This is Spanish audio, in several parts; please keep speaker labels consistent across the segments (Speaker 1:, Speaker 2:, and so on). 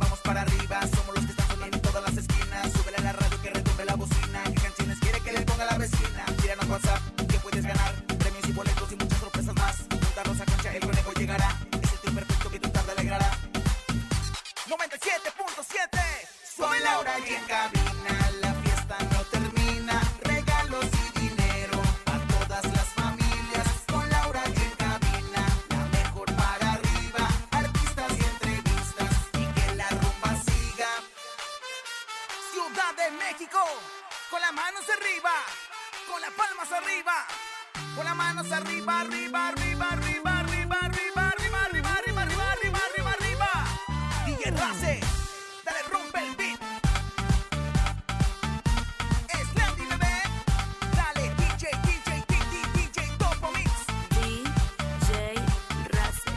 Speaker 1: vamos para arriba. Somos los que están sonando en todas las esquinas. Súbele a la radio que retumbe la bocina. ¿Qué canciones quiere que le ponga la vecina? Tíranos WhatsApp que puedes ganar. Premios y boletos y muchas sorpresas más. Juntarnos a cancha, el conejo llegará. Es el trío perfecto que tu tarde alegrará. 97.7 Soy Laura y en cabina La fiesta no termina Regalos y dinero A todas las familias Con Laura y en cabina La mejor para arriba Artistas y entrevistas Y que la rumba siga Ciudad de México Con las manos arriba Con las palmas arriba Con las manos arriba, arriba, arriba, arriba, arriba, arriba, arriba, arriba, arriba, arriba, arriba, arriba, arriba. DJ Race, dale rompe el beat. Slendy bebé, dale DJ, DJ, DJ, DJ, Topo Mix.
Speaker 2: DJ Racer.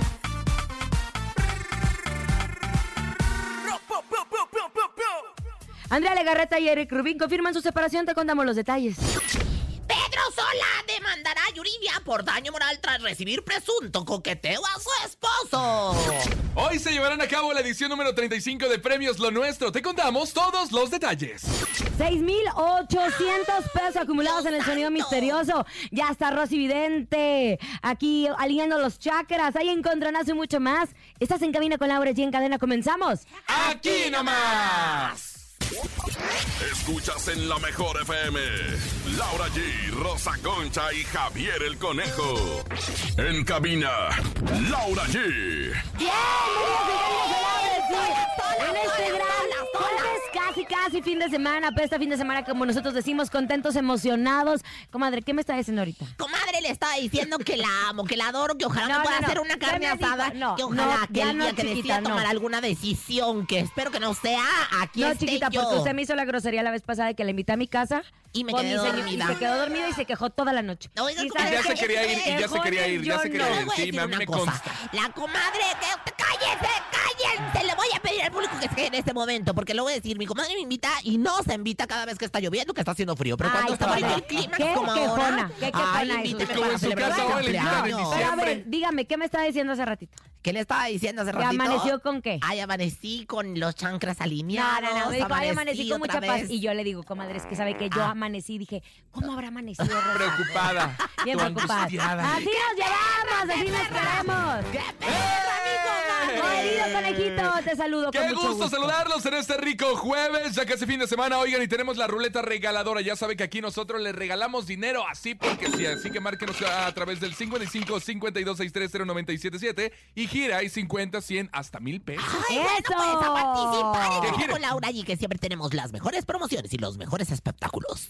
Speaker 1: Ro, po, po, po, po, po, po.
Speaker 3: Andrea Legarreta y Eric Rubín confirman su separación, te contamos los detalles.
Speaker 4: Pedro Sola demandará a Yuridia por daño moral tras recibir presunto coqueteo a su esposo.
Speaker 5: Hoy se llevarán a cabo la edición número 35 de Premios Lo Nuestro. Te contamos todos los detalles.
Speaker 3: 6,800 pesos acumulados en el sonido
Speaker 4: santo!
Speaker 3: misterioso. Ya está Rosy Vidente aquí alineando los chakras. Hay encontronazo y mucho más. Estás en cabina con Laura G en cadena. Comenzamos.
Speaker 5: Aquí nomás.
Speaker 6: Escuchas en la mejor FM. Laura G, Rosa Concha y Javier el Conejo. En cabina, Laura G.
Speaker 3: En este gran jueves, casi, casi fin de semana. Pero este fin de semana, como nosotros decimos, contentos, emocionados. Comadre, ¿qué me está diciendo ahorita?
Speaker 4: Comadre le estaba diciendo que la amo, que la adoro, que ojalá
Speaker 3: No,
Speaker 4: me pueda
Speaker 3: no, no.
Speaker 4: hacer una
Speaker 3: Ya
Speaker 4: carne
Speaker 3: me dijo,
Speaker 4: asada.
Speaker 3: no,
Speaker 4: que ojalá
Speaker 3: no,
Speaker 4: que
Speaker 3: ya
Speaker 4: el
Speaker 3: no,
Speaker 4: día que
Speaker 3: chiquita,
Speaker 4: decida
Speaker 3: no.
Speaker 4: tomar alguna decisión, que espero que no sea, aquí
Speaker 3: No,
Speaker 4: esté
Speaker 3: chiquita,
Speaker 4: este yo.
Speaker 3: porque usted me hizo la grosería la vez pasada de que la invité a mi casa.
Speaker 4: Y me
Speaker 3: con
Speaker 4: quedé
Speaker 3: mi señor-
Speaker 4: dormida.
Speaker 3: Y se quedó dormida y se quejó toda la noche.
Speaker 4: Oiga,
Speaker 3: ¿Y
Speaker 4: ¿tú
Speaker 3: sabe
Speaker 4: crees
Speaker 5: Ya
Speaker 4: que
Speaker 5: se
Speaker 3: qué?
Speaker 5: quería ir, ya se
Speaker 3: Quejones
Speaker 5: quería ir, ya
Speaker 3: yo
Speaker 5: se quería
Speaker 4: Les
Speaker 5: ir.
Speaker 4: voy a
Speaker 5: Sí,
Speaker 4: decir
Speaker 5: a mí
Speaker 4: una
Speaker 5: me
Speaker 4: cosa.
Speaker 5: consta.
Speaker 4: La comadre, que cállense, cállense. Le voy a pedir al público que se quede en este momento, porque lo voy a decir, mi comadre me invita y no se invita cada vez que está lloviendo, que está haciendo frío. Pero cuando
Speaker 3: Ay,
Speaker 4: está
Speaker 3: comadre.
Speaker 4: bonito el clima,
Speaker 3: Qué
Speaker 4: como ahora,
Speaker 3: quejona, qué quejona
Speaker 4: ay,
Speaker 3: es
Speaker 4: invíteme
Speaker 3: usted.
Speaker 4: para
Speaker 5: Como en su
Speaker 4: celebrar
Speaker 5: casa
Speaker 4: mi
Speaker 5: ahora le invitan en
Speaker 4: cumpleaños.
Speaker 3: Pero a ver,
Speaker 5: Siempre.
Speaker 3: dígame, ¿qué me estaba diciendo hace ratito?
Speaker 4: ¿Qué le estaba diciendo hace
Speaker 3: ¿Que
Speaker 4: ratito?
Speaker 3: amaneció con qué?
Speaker 4: Ay, amanecí con los chancras
Speaker 3: No,
Speaker 4: alineados.
Speaker 3: no, no, me dijo, ay,
Speaker 4: amanecí
Speaker 3: amanecí con
Speaker 4: otra
Speaker 3: mucha paz.
Speaker 4: vez.
Speaker 3: Y yo le digo, comadre, es que sabe que yo
Speaker 4: Ah.
Speaker 3: amanecí. Dije, ¿cómo habrá amanecido? Rosa?
Speaker 5: Preocupada.
Speaker 3: Bien
Speaker 5: tú
Speaker 3: preocupada. Ah, Así
Speaker 5: angustiada. ¡Eh!
Speaker 3: nos llevamos, así nos queremos.
Speaker 4: ¡Qué perra, mi comadre!
Speaker 3: Querido conejito, te saludo
Speaker 5: Qué
Speaker 3: con mucho
Speaker 5: gusto, saludarlos en este rico jueves, ya casi fin de semana. Oigan, y tenemos la ruleta regaladora. Ya sabe que aquí nosotros les regalamos dinero así porque sí. Así que márquenos a, a través del 55 52 630 977 y gira ahí 50, 100 hasta mil pesos.
Speaker 4: Ay, bueno,
Speaker 3: ¡Eso!
Speaker 4: pues a participar en
Speaker 5: ¿Qué
Speaker 4: Cine
Speaker 5: quiere?
Speaker 4: con Laura y que siempre tenemos las mejores promociones y los mejores espectáculos.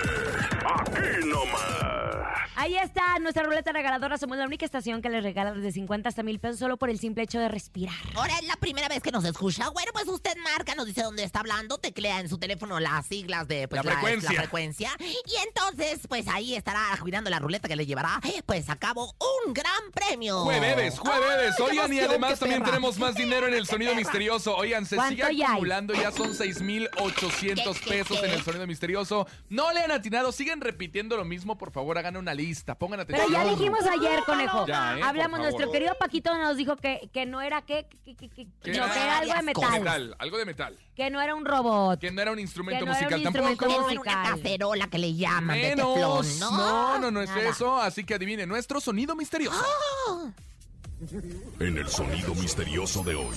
Speaker 6: Aquí nomás.
Speaker 3: Ahí está, nuestra ruleta regaladora. Somos la única estación que les regala desde 50 hasta mil pesos solo por el simple hecho de respirar.
Speaker 4: Ahora es la primera vez que nos escucha. Bueno, pues usted marca, nos dice dónde está hablando, teclea en su teléfono las siglas de pues,
Speaker 5: La frecuencia.
Speaker 4: frecuencia. Y entonces, pues ahí estará girando la ruleta que le llevará, pues a cabo un gran premio.
Speaker 5: Jueves, jueves.
Speaker 4: Ay, qué
Speaker 5: Oigan,
Speaker 4: emoción,
Speaker 5: y
Speaker 4: qué
Speaker 5: además también
Speaker 4: perra.
Speaker 5: tenemos más dinero en el sonido misterioso. Oigan, se
Speaker 3: ¿Cuánto
Speaker 5: sigue
Speaker 3: ya hay?
Speaker 5: acumulando. Ya son 6,800
Speaker 4: ¿Qué, qué,
Speaker 5: pesos
Speaker 4: qué?
Speaker 5: en el sonido misterioso. No le han atinado. Siguen repitiendo lo mismo. Por favor, hagan gana una lista. Pongan atención.
Speaker 3: Pero ya dijimos ayer, conejo.
Speaker 5: Ya, ¿eh?
Speaker 3: Hablamos,
Speaker 5: Por favor.
Speaker 3: nuestro querido Paquito nos dijo que, que no era que, que, que- que-
Speaker 5: Que
Speaker 3: no,
Speaker 5: era
Speaker 3: que era algo de
Speaker 5: Con
Speaker 3: metal.
Speaker 5: metal, algo de metal.
Speaker 3: Que no era un robot.
Speaker 5: Que no era un instrumento
Speaker 3: Que no era
Speaker 5: musical
Speaker 3: un
Speaker 5: tampoco.
Speaker 3: instrumento
Speaker 4: No, era una
Speaker 3: musical.
Speaker 4: cacerola que le llaman de
Speaker 5: Menos.
Speaker 4: teflón,
Speaker 5: No,
Speaker 4: ¿no?
Speaker 5: no, no, es
Speaker 3: Nada.
Speaker 5: eso. Así que adivine, nuestro sonido misterioso.
Speaker 6: En el sonido misterioso de hoy.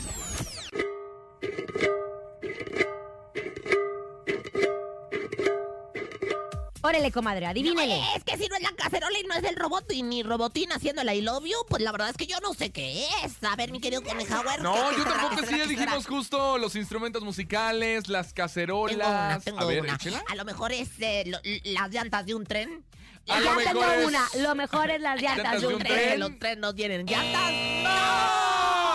Speaker 3: Órale, comadre, adivínele.
Speaker 4: No, es que si no es la cacerola y no es el robot y ni robotín haciendo el I love you, pues la verdad es que yo no sé qué es. A ver, mi querido Conejauer.
Speaker 5: No, yo tampoco
Speaker 4: sé
Speaker 5: sí, ya dijimos justo los instrumentos musicales,
Speaker 4: Tengo
Speaker 5: las
Speaker 4: una,
Speaker 5: cacerolas.
Speaker 4: tengo
Speaker 5: a ver,
Speaker 4: una.
Speaker 5: échela.
Speaker 4: A lo mejor es eh, lo- las llantas de un tren.
Speaker 5: A lo
Speaker 3: ya tengo
Speaker 5: mejor es-
Speaker 3: una. Lo mejor es las llantas de un
Speaker 5: tren.
Speaker 4: Que Los trenes no tienen llantas.
Speaker 5: ¡No!
Speaker 4: ¡No!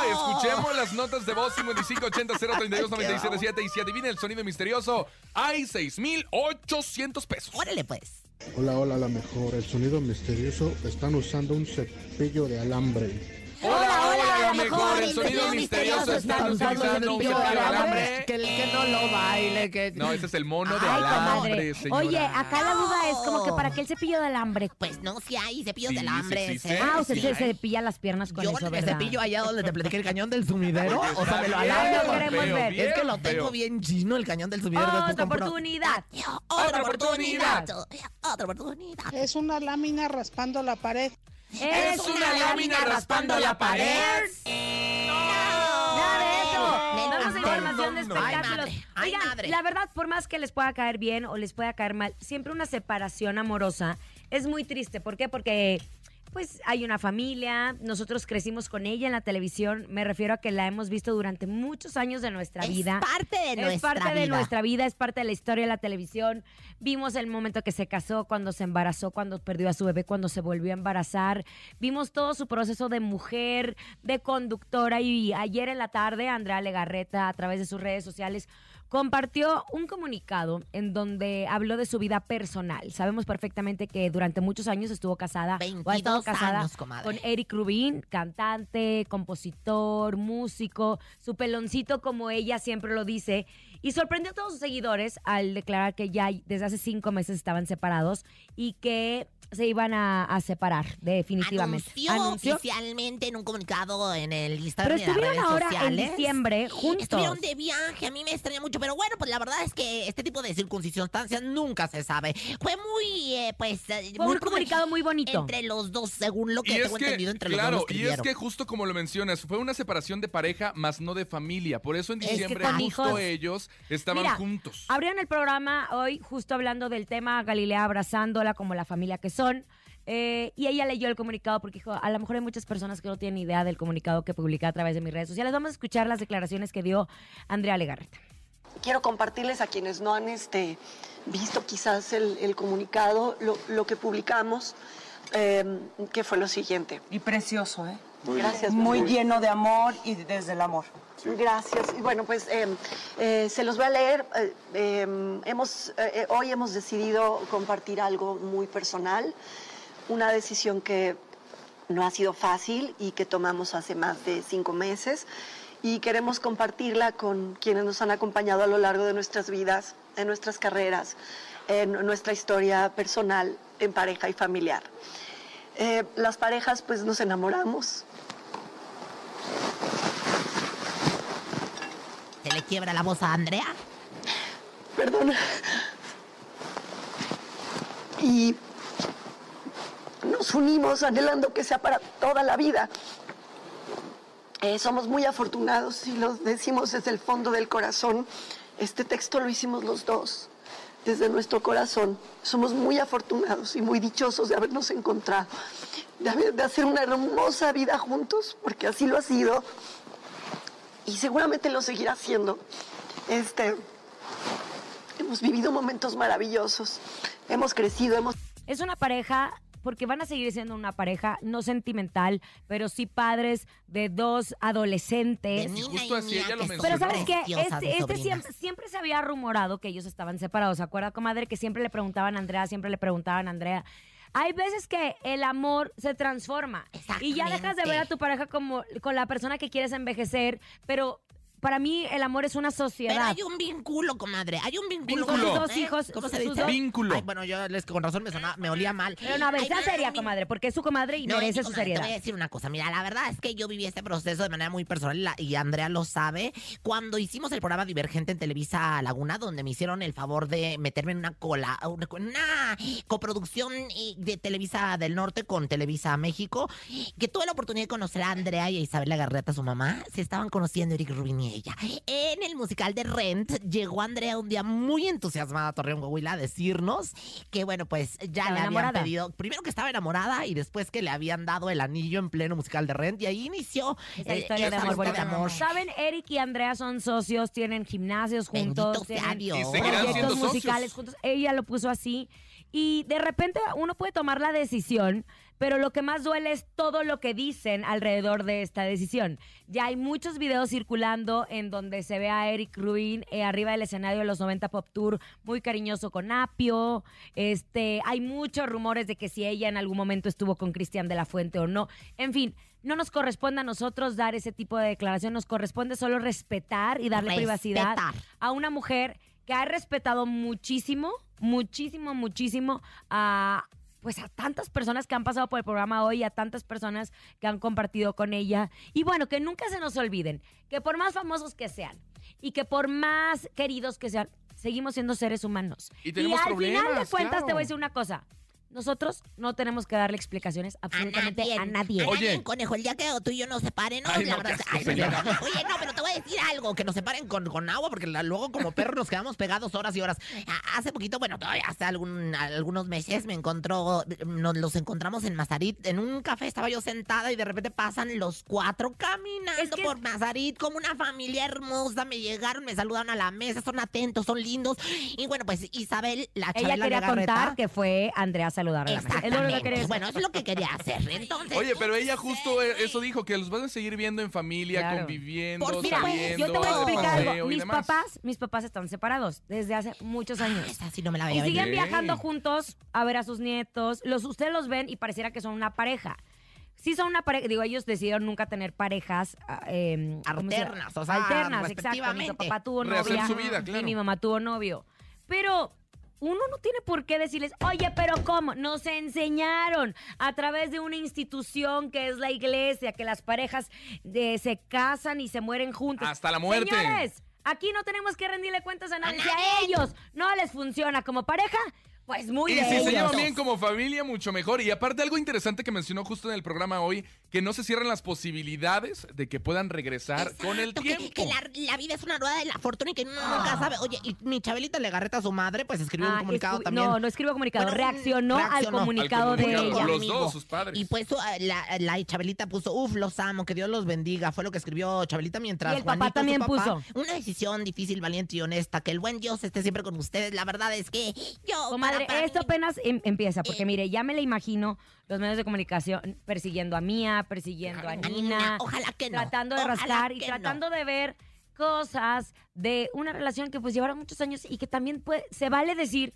Speaker 5: Escuchemos las notas de voz 5580 032 977 y si adivina el sonido misterioso, hay 6,800 pesos.
Speaker 4: Órale, pues.
Speaker 7: Hola, hola, la mejor. El sonido misterioso. Están usando un cepillo de alambre.
Speaker 5: Hola, hola, a lo mejor el
Speaker 4: el
Speaker 5: sonido
Speaker 4: sonido
Speaker 5: misterioso está
Speaker 4: están usando
Speaker 5: utilizando un
Speaker 4: cepillo
Speaker 5: cepillo
Speaker 4: de
Speaker 5: de
Speaker 4: alambre.
Speaker 5: alambre.
Speaker 8: Que el que no lo baile, que...
Speaker 5: No, ese es el mono de
Speaker 3: Ay,
Speaker 5: alambre,
Speaker 3: comadre.
Speaker 5: señora.
Speaker 3: Oye, acá la duda es como que para qué el cepillo de alambre.
Speaker 4: Pues no, si hay cepillos
Speaker 5: Sí,
Speaker 4: de
Speaker 5: sí
Speaker 4: alambre.
Speaker 5: existe.
Speaker 4: ¿eh?
Speaker 3: Ah, usted
Speaker 5: sí,
Speaker 3: se,
Speaker 5: ay.
Speaker 3: se pilla las piernas con
Speaker 4: Yo
Speaker 3: eso,
Speaker 4: me
Speaker 3: ¿verdad?
Speaker 4: cepillo allá donde te platiqué
Speaker 8: ¿El cañón del sumidero? O sea, me lo
Speaker 5: Bien,
Speaker 8: alarga.
Speaker 3: Lo queremos
Speaker 5: feo,
Speaker 3: ver.
Speaker 5: bien
Speaker 8: Es que lo
Speaker 5: feo.
Speaker 8: tengo bien chino, el cañón del sumidero. después
Speaker 3: Otra
Speaker 8: compro-
Speaker 3: oportunidad.
Speaker 4: Otra oportunidad. Otra oportunidad.
Speaker 9: Es una lámina raspando la pared.
Speaker 3: Es una lámina raspando la pared. Nada de eso.
Speaker 4: Nena,
Speaker 3: Vamos a
Speaker 4: no,
Speaker 3: información de
Speaker 4: no, no. Ay,
Speaker 3: espectáculos.
Speaker 4: madre, ay,
Speaker 3: Oigan,
Speaker 4: madre.
Speaker 3: la verdad, por más que les pueda caer bien o les pueda caer mal, siempre una separación amorosa es muy triste. ¿Por qué? Porque pues hay una familia, nosotros crecimos con ella en la televisión, me refiero a que la hemos visto durante muchos años de nuestra
Speaker 4: Es
Speaker 3: vida.
Speaker 4: parte de nuestra
Speaker 3: Es parte de
Speaker 4: vida.
Speaker 3: nuestra vida, es parte de la historia de la televisión. Vimos el momento que se casó, cuando se embarazó, cuando perdió a su bebé, cuando se volvió a embarazar. Vimos todo su proceso de mujer, de conductora. Y ayer en la tarde, Andrea Legarreta, a través de sus redes sociales, compartió un comunicado en donde habló de su vida personal. Sabemos perfectamente que durante muchos años estuvo casada o ha estado
Speaker 4: 22
Speaker 3: casada
Speaker 4: años, comadre.
Speaker 3: con Eric Rubin, cantante, compositor, músico, su peloncito como ella siempre lo dice, y sorprendió a todos sus seguidores al declarar que ya desde hace cinco meses estaban separados y que se iban a, a separar definitivamente.
Speaker 4: Anunció, oficialmente en un comunicado en el
Speaker 3: Pero
Speaker 4: Instagram y las
Speaker 3: estuvieron
Speaker 4: redes
Speaker 3: ahora
Speaker 4: sociales.
Speaker 3: en diciembre juntos.
Speaker 4: Estuvieron de viaje, a mí me extraña mucho, pero bueno, pues la verdad es que este tipo de circunstancias nunca se sabe. Fue muy, eh, pues, eh,
Speaker 3: Fue
Speaker 4: muy
Speaker 3: un comunicado muy bonito.
Speaker 4: entre los dos, según lo que tengo entendido entre
Speaker 5: claro,
Speaker 4: los dos.
Speaker 5: y es que justo como lo mencionas, fue una separación de pareja, más no de familia. Por eso en
Speaker 3: Es que
Speaker 5: diciembre
Speaker 3: con
Speaker 5: justo
Speaker 3: hijos-
Speaker 5: ellos estaban
Speaker 3: Mira,
Speaker 5: juntos.
Speaker 3: Abrieron el programa hoy justo hablando del tema Galilea abrazándola como la familia que son. eh, y ella leyó el comunicado porque dijo, a lo mejor hay muchas personas que no tienen idea del comunicado que publiqué a través de mis redes sociales. Vamos a escuchar las declaraciones que dio Andrea Legarreta.
Speaker 10: Quiero compartirles a quienes no han este, visto quizás el, el comunicado, lo, lo que publicamos, eh, que fue lo siguiente.
Speaker 11: Y precioso, ¿eh?
Speaker 10: Gracias.
Speaker 11: Muy
Speaker 10: Mercedes.
Speaker 11: lleno de amor y desde el amor.
Speaker 10: Gracias. Y bueno, pues eh, eh, se los voy a leer. Eh, eh, hemos, eh, eh, hoy hemos decidido compartir algo muy personal, una decisión que no ha sido fácil y que tomamos hace más de cinco meses y queremos compartirla con quienes nos han acompañado a lo largo de nuestras vidas, en nuestras carreras, en nuestra historia personal, en pareja y familiar. Eh, las parejas pues nos enamoramos,
Speaker 4: Se le quiebra la voz a Andrea.
Speaker 10: Perdón. Y nos unimos anhelando que sea para toda la vida. Eh, somos muy afortunados y lo decimos desde el fondo del corazón. Este texto lo hicimos los dos, desde nuestro corazón. Somos muy afortunados y muy dichosos de habernos encontrado, de, haber- de hacer una hermosa vida juntos, porque así lo ha sido y seguramente lo seguirá haciendo. Este, Hemos vivido momentos maravillosos. Hemos crecido, hemos
Speaker 3: Es una pareja porque van a seguir siendo una pareja no sentimental, pero sí padres de dos adolescentes.
Speaker 4: De niña
Speaker 5: justo
Speaker 4: y
Speaker 5: así
Speaker 4: niña
Speaker 5: ella lo
Speaker 4: que son
Speaker 5: mencionó.
Speaker 3: Pero ¿sabes qué?
Speaker 4: preciosas, mis
Speaker 3: Este, este
Speaker 4: sobrinas.
Speaker 3: siempre, siempre se había rumorado que ellos estaban separados. ¿Se acuerda, comadre? Que siempre le preguntaban a Andrea, siempre le preguntaban a Andrea. Hay veces que el amor se transforma y ya dejas de ver a tu pareja como con la persona que quieres envejecer, pero para mí el amor es una
Speaker 4: Pero
Speaker 3: sociedad.
Speaker 4: hay un vínculo, comadre. Hay un vínculo.
Speaker 3: Vínculo.
Speaker 4: ¿eh?
Speaker 3: Sus dos hijos,
Speaker 4: ¿Cómo se
Speaker 3: sus
Speaker 4: dice?
Speaker 3: dos- Vínculo.
Speaker 4: Ay, bueno, yo les, con razón me, sonaba- me olía mal.
Speaker 3: Pero no, a ver,
Speaker 4: Ay,
Speaker 3: sea
Speaker 4: madre
Speaker 3: seria,
Speaker 4: mía.
Speaker 3: comadre, porque es su comadre y
Speaker 4: No,
Speaker 3: merece
Speaker 4: mi
Speaker 3: su
Speaker 4: comadre, Te
Speaker 3: seriedad.
Speaker 4: voy a decir una cosa. Mira, la verdad es que yo viví este proceso de manera muy personal y la- y Andrea lo sabe. Cuando hicimos el programa Divergente en Televisa Laguna, donde me hicieron el favor de meterme en una cola, una, co- una coproducción eh, de Televisa del Norte con Televisa México, que tuve la oportunidad de conocer a Andrea y a Isabel Garreta, su mamá. Se estaban conociendo Eric Rubin y ella. En el musical de Rent llegó Andrea un día muy entusiasmada a Torreón Coahuila a decirnos que, bueno, pues ya
Speaker 3: Estaba
Speaker 4: le habían
Speaker 3: enamorada.
Speaker 4: pedido pedido- primero que estaba enamorada y después que le habían dado el anillo en pleno musical de Rent y ahí inició
Speaker 3: Esa
Speaker 4: eh,
Speaker 3: historia de
Speaker 4: esa
Speaker 3: amor
Speaker 4: historia
Speaker 3: bonita. Saben, Eric y Andrea son socios, tienen gimnasios juntos,
Speaker 4: Bendito sea
Speaker 3: tienen
Speaker 4: Dios. Y seguirán siendo
Speaker 3: proyectos
Speaker 4: socios.
Speaker 3: musicales juntos. Ella lo puso así y de repente uno puede tomar la decisión, pero lo que más duele es todo lo que dicen alrededor de esta decisión. Ya hay muchos videos circulando en donde se ve a Eric Ruin eh, arriba del escenario de los 90 Pop Tour, muy cariñoso con Apio. Este, hay muchos rumores de que si ella en algún momento estuvo con Cristian de la Fuente o no. En fin, no nos corresponde a nosotros dar ese tipo de declaración, nos corresponde solo respetar y darle privacidad
Speaker 4: Respetar.
Speaker 3: a una mujer que ha respetado muchísimo, muchísimo, muchísimo a pues a tantas personas que han pasado por el programa hoy, a tantas personas que han compartido con ella. Y bueno, que nunca se nos olviden que por más famosos que sean y que por más queridos que sean, seguimos siendo seres humanos.
Speaker 5: Y tenemos
Speaker 3: al final de
Speaker 5: problemas,
Speaker 3: cuentas te
Speaker 5: claro.
Speaker 3: voy a decir una cosa. Nosotros no tenemos que darle explicaciones absolutamente a nadie.
Speaker 4: Oye. conejo, el día que tú y yo nos separen, ¿no?
Speaker 3: Ay,
Speaker 4: La
Speaker 3: no,
Speaker 4: verdad
Speaker 3: qué
Speaker 4: es que- ay,
Speaker 3: asco,
Speaker 4: no,
Speaker 3: señora.
Speaker 4: no, no. Oye, no, pero te voy a decir algo, que nos separen con, con agua, porque la- luego como perros nos quedamos pegados horas y horas. A- Hace poquito, bueno, todavía hace algún- algunos meses me encontró, nos los encontramos en Mazarit, en un café estaba yo sentada y de repente pasan los cuatro caminando por Mazarit, como una familia hermosa, me llegaron, me saludaron a la mesa, son atentos, son lindos. Y bueno, pues Isabel, la
Speaker 3: Ella
Speaker 4: Chabela
Speaker 3: quería
Speaker 4: Legarreta,
Speaker 3: contar que fue Andrea a saludar a la mesa. Es lo único que
Speaker 4: Exactamente.
Speaker 3: quería decir.
Speaker 4: Bueno, eso es lo que quería hacer. Entonces,
Speaker 5: Oye, pero ella justo eh, eso dijo, que los van a seguir viendo en familia, conviviendo,
Speaker 3: Por- mira,
Speaker 5: saliendo,
Speaker 3: yo te voy a
Speaker 5: de
Speaker 3: explicar
Speaker 5: paseo
Speaker 3: algo.
Speaker 5: y
Speaker 3: Mis
Speaker 5: demás.
Speaker 3: papás, mis papás están separados desde hace muchos años.
Speaker 4: no me la
Speaker 3: y
Speaker 4: veía
Speaker 3: siguen
Speaker 4: venir.
Speaker 3: viajando juntos a ver a sus nietos. Los, ustedes los ven y pareciera que son una pareja. Sí son una pareja, digo, ellos decidieron nunca tener parejas ah, eh, ¿cómo se llama?
Speaker 4: Alternas, o sea,
Speaker 3: alternas, exacto. Mi
Speaker 4: respectivamente.
Speaker 3: papá tuvo
Speaker 4: Rehacer
Speaker 3: novia
Speaker 4: su vida, claro.
Speaker 3: y mi mamá tuvo novio. Pero uno no tiene por qué decirles, oye, pero ¿cómo? Nos enseñaron a través de una institución que es la iglesia, que las parejas de- se casan y se mueren juntas.
Speaker 5: Hasta la muerte.
Speaker 3: Señores, aquí no tenemos que rendirle cuentas a nadie. Si a ellos no les funciona como pareja, pues muy
Speaker 5: y
Speaker 3: de
Speaker 5: si
Speaker 3: ellos.
Speaker 5: se llevan bien como familia, mucho mejor. Y aparte, algo interesante que mencionó justo en el programa hoy, que no se cierran las posibilidades de que puedan regresar con el
Speaker 4: Que-
Speaker 5: tiempo.
Speaker 4: Que, la, la vida es una rueda de la fortuna y que uno nunca sabe. Oye, y mi Chabelita Legarreta, su madre, pues escribió
Speaker 3: Ah,
Speaker 4: un comunicado
Speaker 3: escribi-
Speaker 4: también.
Speaker 3: no, no escribió comunicado,
Speaker 4: Bueno, un-
Speaker 3: reaccionó al comunicado Al de comunicado, ella. los
Speaker 4: Amigo.
Speaker 5: dos, sus padres.
Speaker 4: Y pues ah, la, la Chabelita puso, uf, los amo, que Dios los bendiga. Fue lo que escribió Chabelita mientras
Speaker 3: Y el papá
Speaker 4: Juanito, su
Speaker 3: también
Speaker 4: papá,
Speaker 3: puso.
Speaker 4: Una decisión difícil, valiente y honesta. Que el buen Dios esté siempre con ustedes. La verdad es que yo...
Speaker 3: Comadre,
Speaker 4: para- para
Speaker 3: Oh, esto apenas em- empieza, porque mire, ya me la imagino los medios de comunicación persiguiendo a Mía, persiguiendo a
Speaker 4: Claro.
Speaker 3: Nina,
Speaker 4: Nina, ojalá que no,
Speaker 3: tratando de
Speaker 4: ojalá
Speaker 3: rascar y
Speaker 4: que
Speaker 3: tratando de ver cosas de una relación que pues llevaron muchos años y que también puede- se vale decir,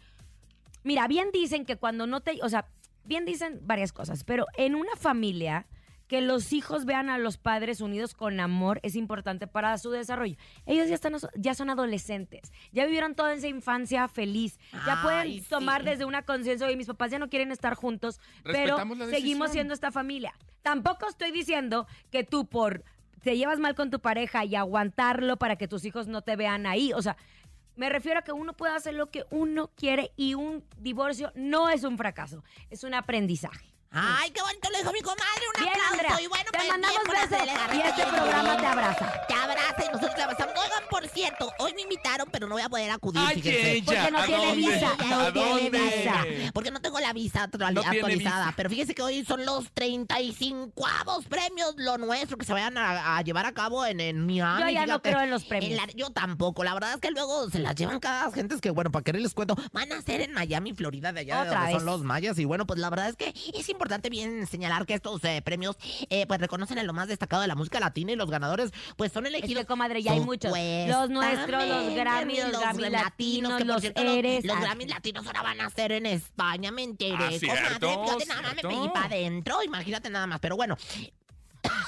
Speaker 3: mira, bien dicen que cuando no te, o sea, bien dicen varias cosas, pero en una familia que los hijos vean a los padres unidos con amor es importante para su desarrollo. Ellos ya están ya son adolescentes, ya vivieron toda esa infancia feliz, ya pueden
Speaker 4: Ay, sí.
Speaker 3: tomar desde una conciencia, oye, mis papás ya no quieren estar juntos, pero
Speaker 4: Respetamos la
Speaker 3: seguimos
Speaker 4: decisión.
Speaker 3: siendo esta familia. Tampoco estoy diciendo que tú por te llevas mal con tu pareja y aguantarlo para que tus hijos no te vean ahí, o sea, me refiero a que uno puede hacer lo que uno quiere y un divorcio no es un fracaso, es un aprendizaje.
Speaker 4: Ay, qué bonito lo dijo mi comadre. Un
Speaker 3: Bien,
Speaker 4: aplauso.
Speaker 3: Andrea.
Speaker 4: Y bueno,
Speaker 3: Te
Speaker 4: pues,
Speaker 3: mandamos
Speaker 4: bien por
Speaker 3: besos
Speaker 4: hacerle la
Speaker 3: y este
Speaker 4: regalada.
Speaker 3: programa te abraza.
Speaker 4: Te abraza y nosotros te abrazamos. Oigan, por cierto, hoy me invitaron, pero no voy a poder acudir.
Speaker 5: Ay,
Speaker 4: fíjense.
Speaker 5: ella, Porque no ¿a tiene dónde? visa, no ¿A tiene dónde? visa.
Speaker 4: Porque no tengo la visa actual-
Speaker 5: No tiene
Speaker 4: actualizada.
Speaker 5: visa.
Speaker 4: Pero fíjense que hoy son los 35 premios, lo nuestro, que se vayan a, a llevar a cabo en, en Miami.
Speaker 3: Yo ya no
Speaker 4: fíjate.
Speaker 3: creo en los premios.
Speaker 4: la- yo tampoco. La verdad es que luego se las llevan cada gente. Es que, bueno, para que les cuento, van a ser en Miami, Florida, de allá de
Speaker 3: Otra
Speaker 4: donde
Speaker 3: vez.
Speaker 4: son los mayas. Y bueno, pues la verdad es que es importante bien señalar que estos eh, premios, eh, pues reconocen a lo más destacado de la música latina y los ganadores, pues son elegidos.
Speaker 3: Es que, comadre, ya hay muchos. Los nuestros, los Grammy, los Grammy latinos,
Speaker 4: que, por
Speaker 3: los
Speaker 4: cierto, los-
Speaker 3: Eres.
Speaker 4: Los
Speaker 3: Ah,
Speaker 4: Grammy latinos ahora van a ser en España, me enteré.
Speaker 5: Ah,
Speaker 4: comadre,
Speaker 5: cierto,
Speaker 4: fíjate nada más, me
Speaker 5: cierto.
Speaker 4: pedí para adentro, imagínate nada más. Pero bueno,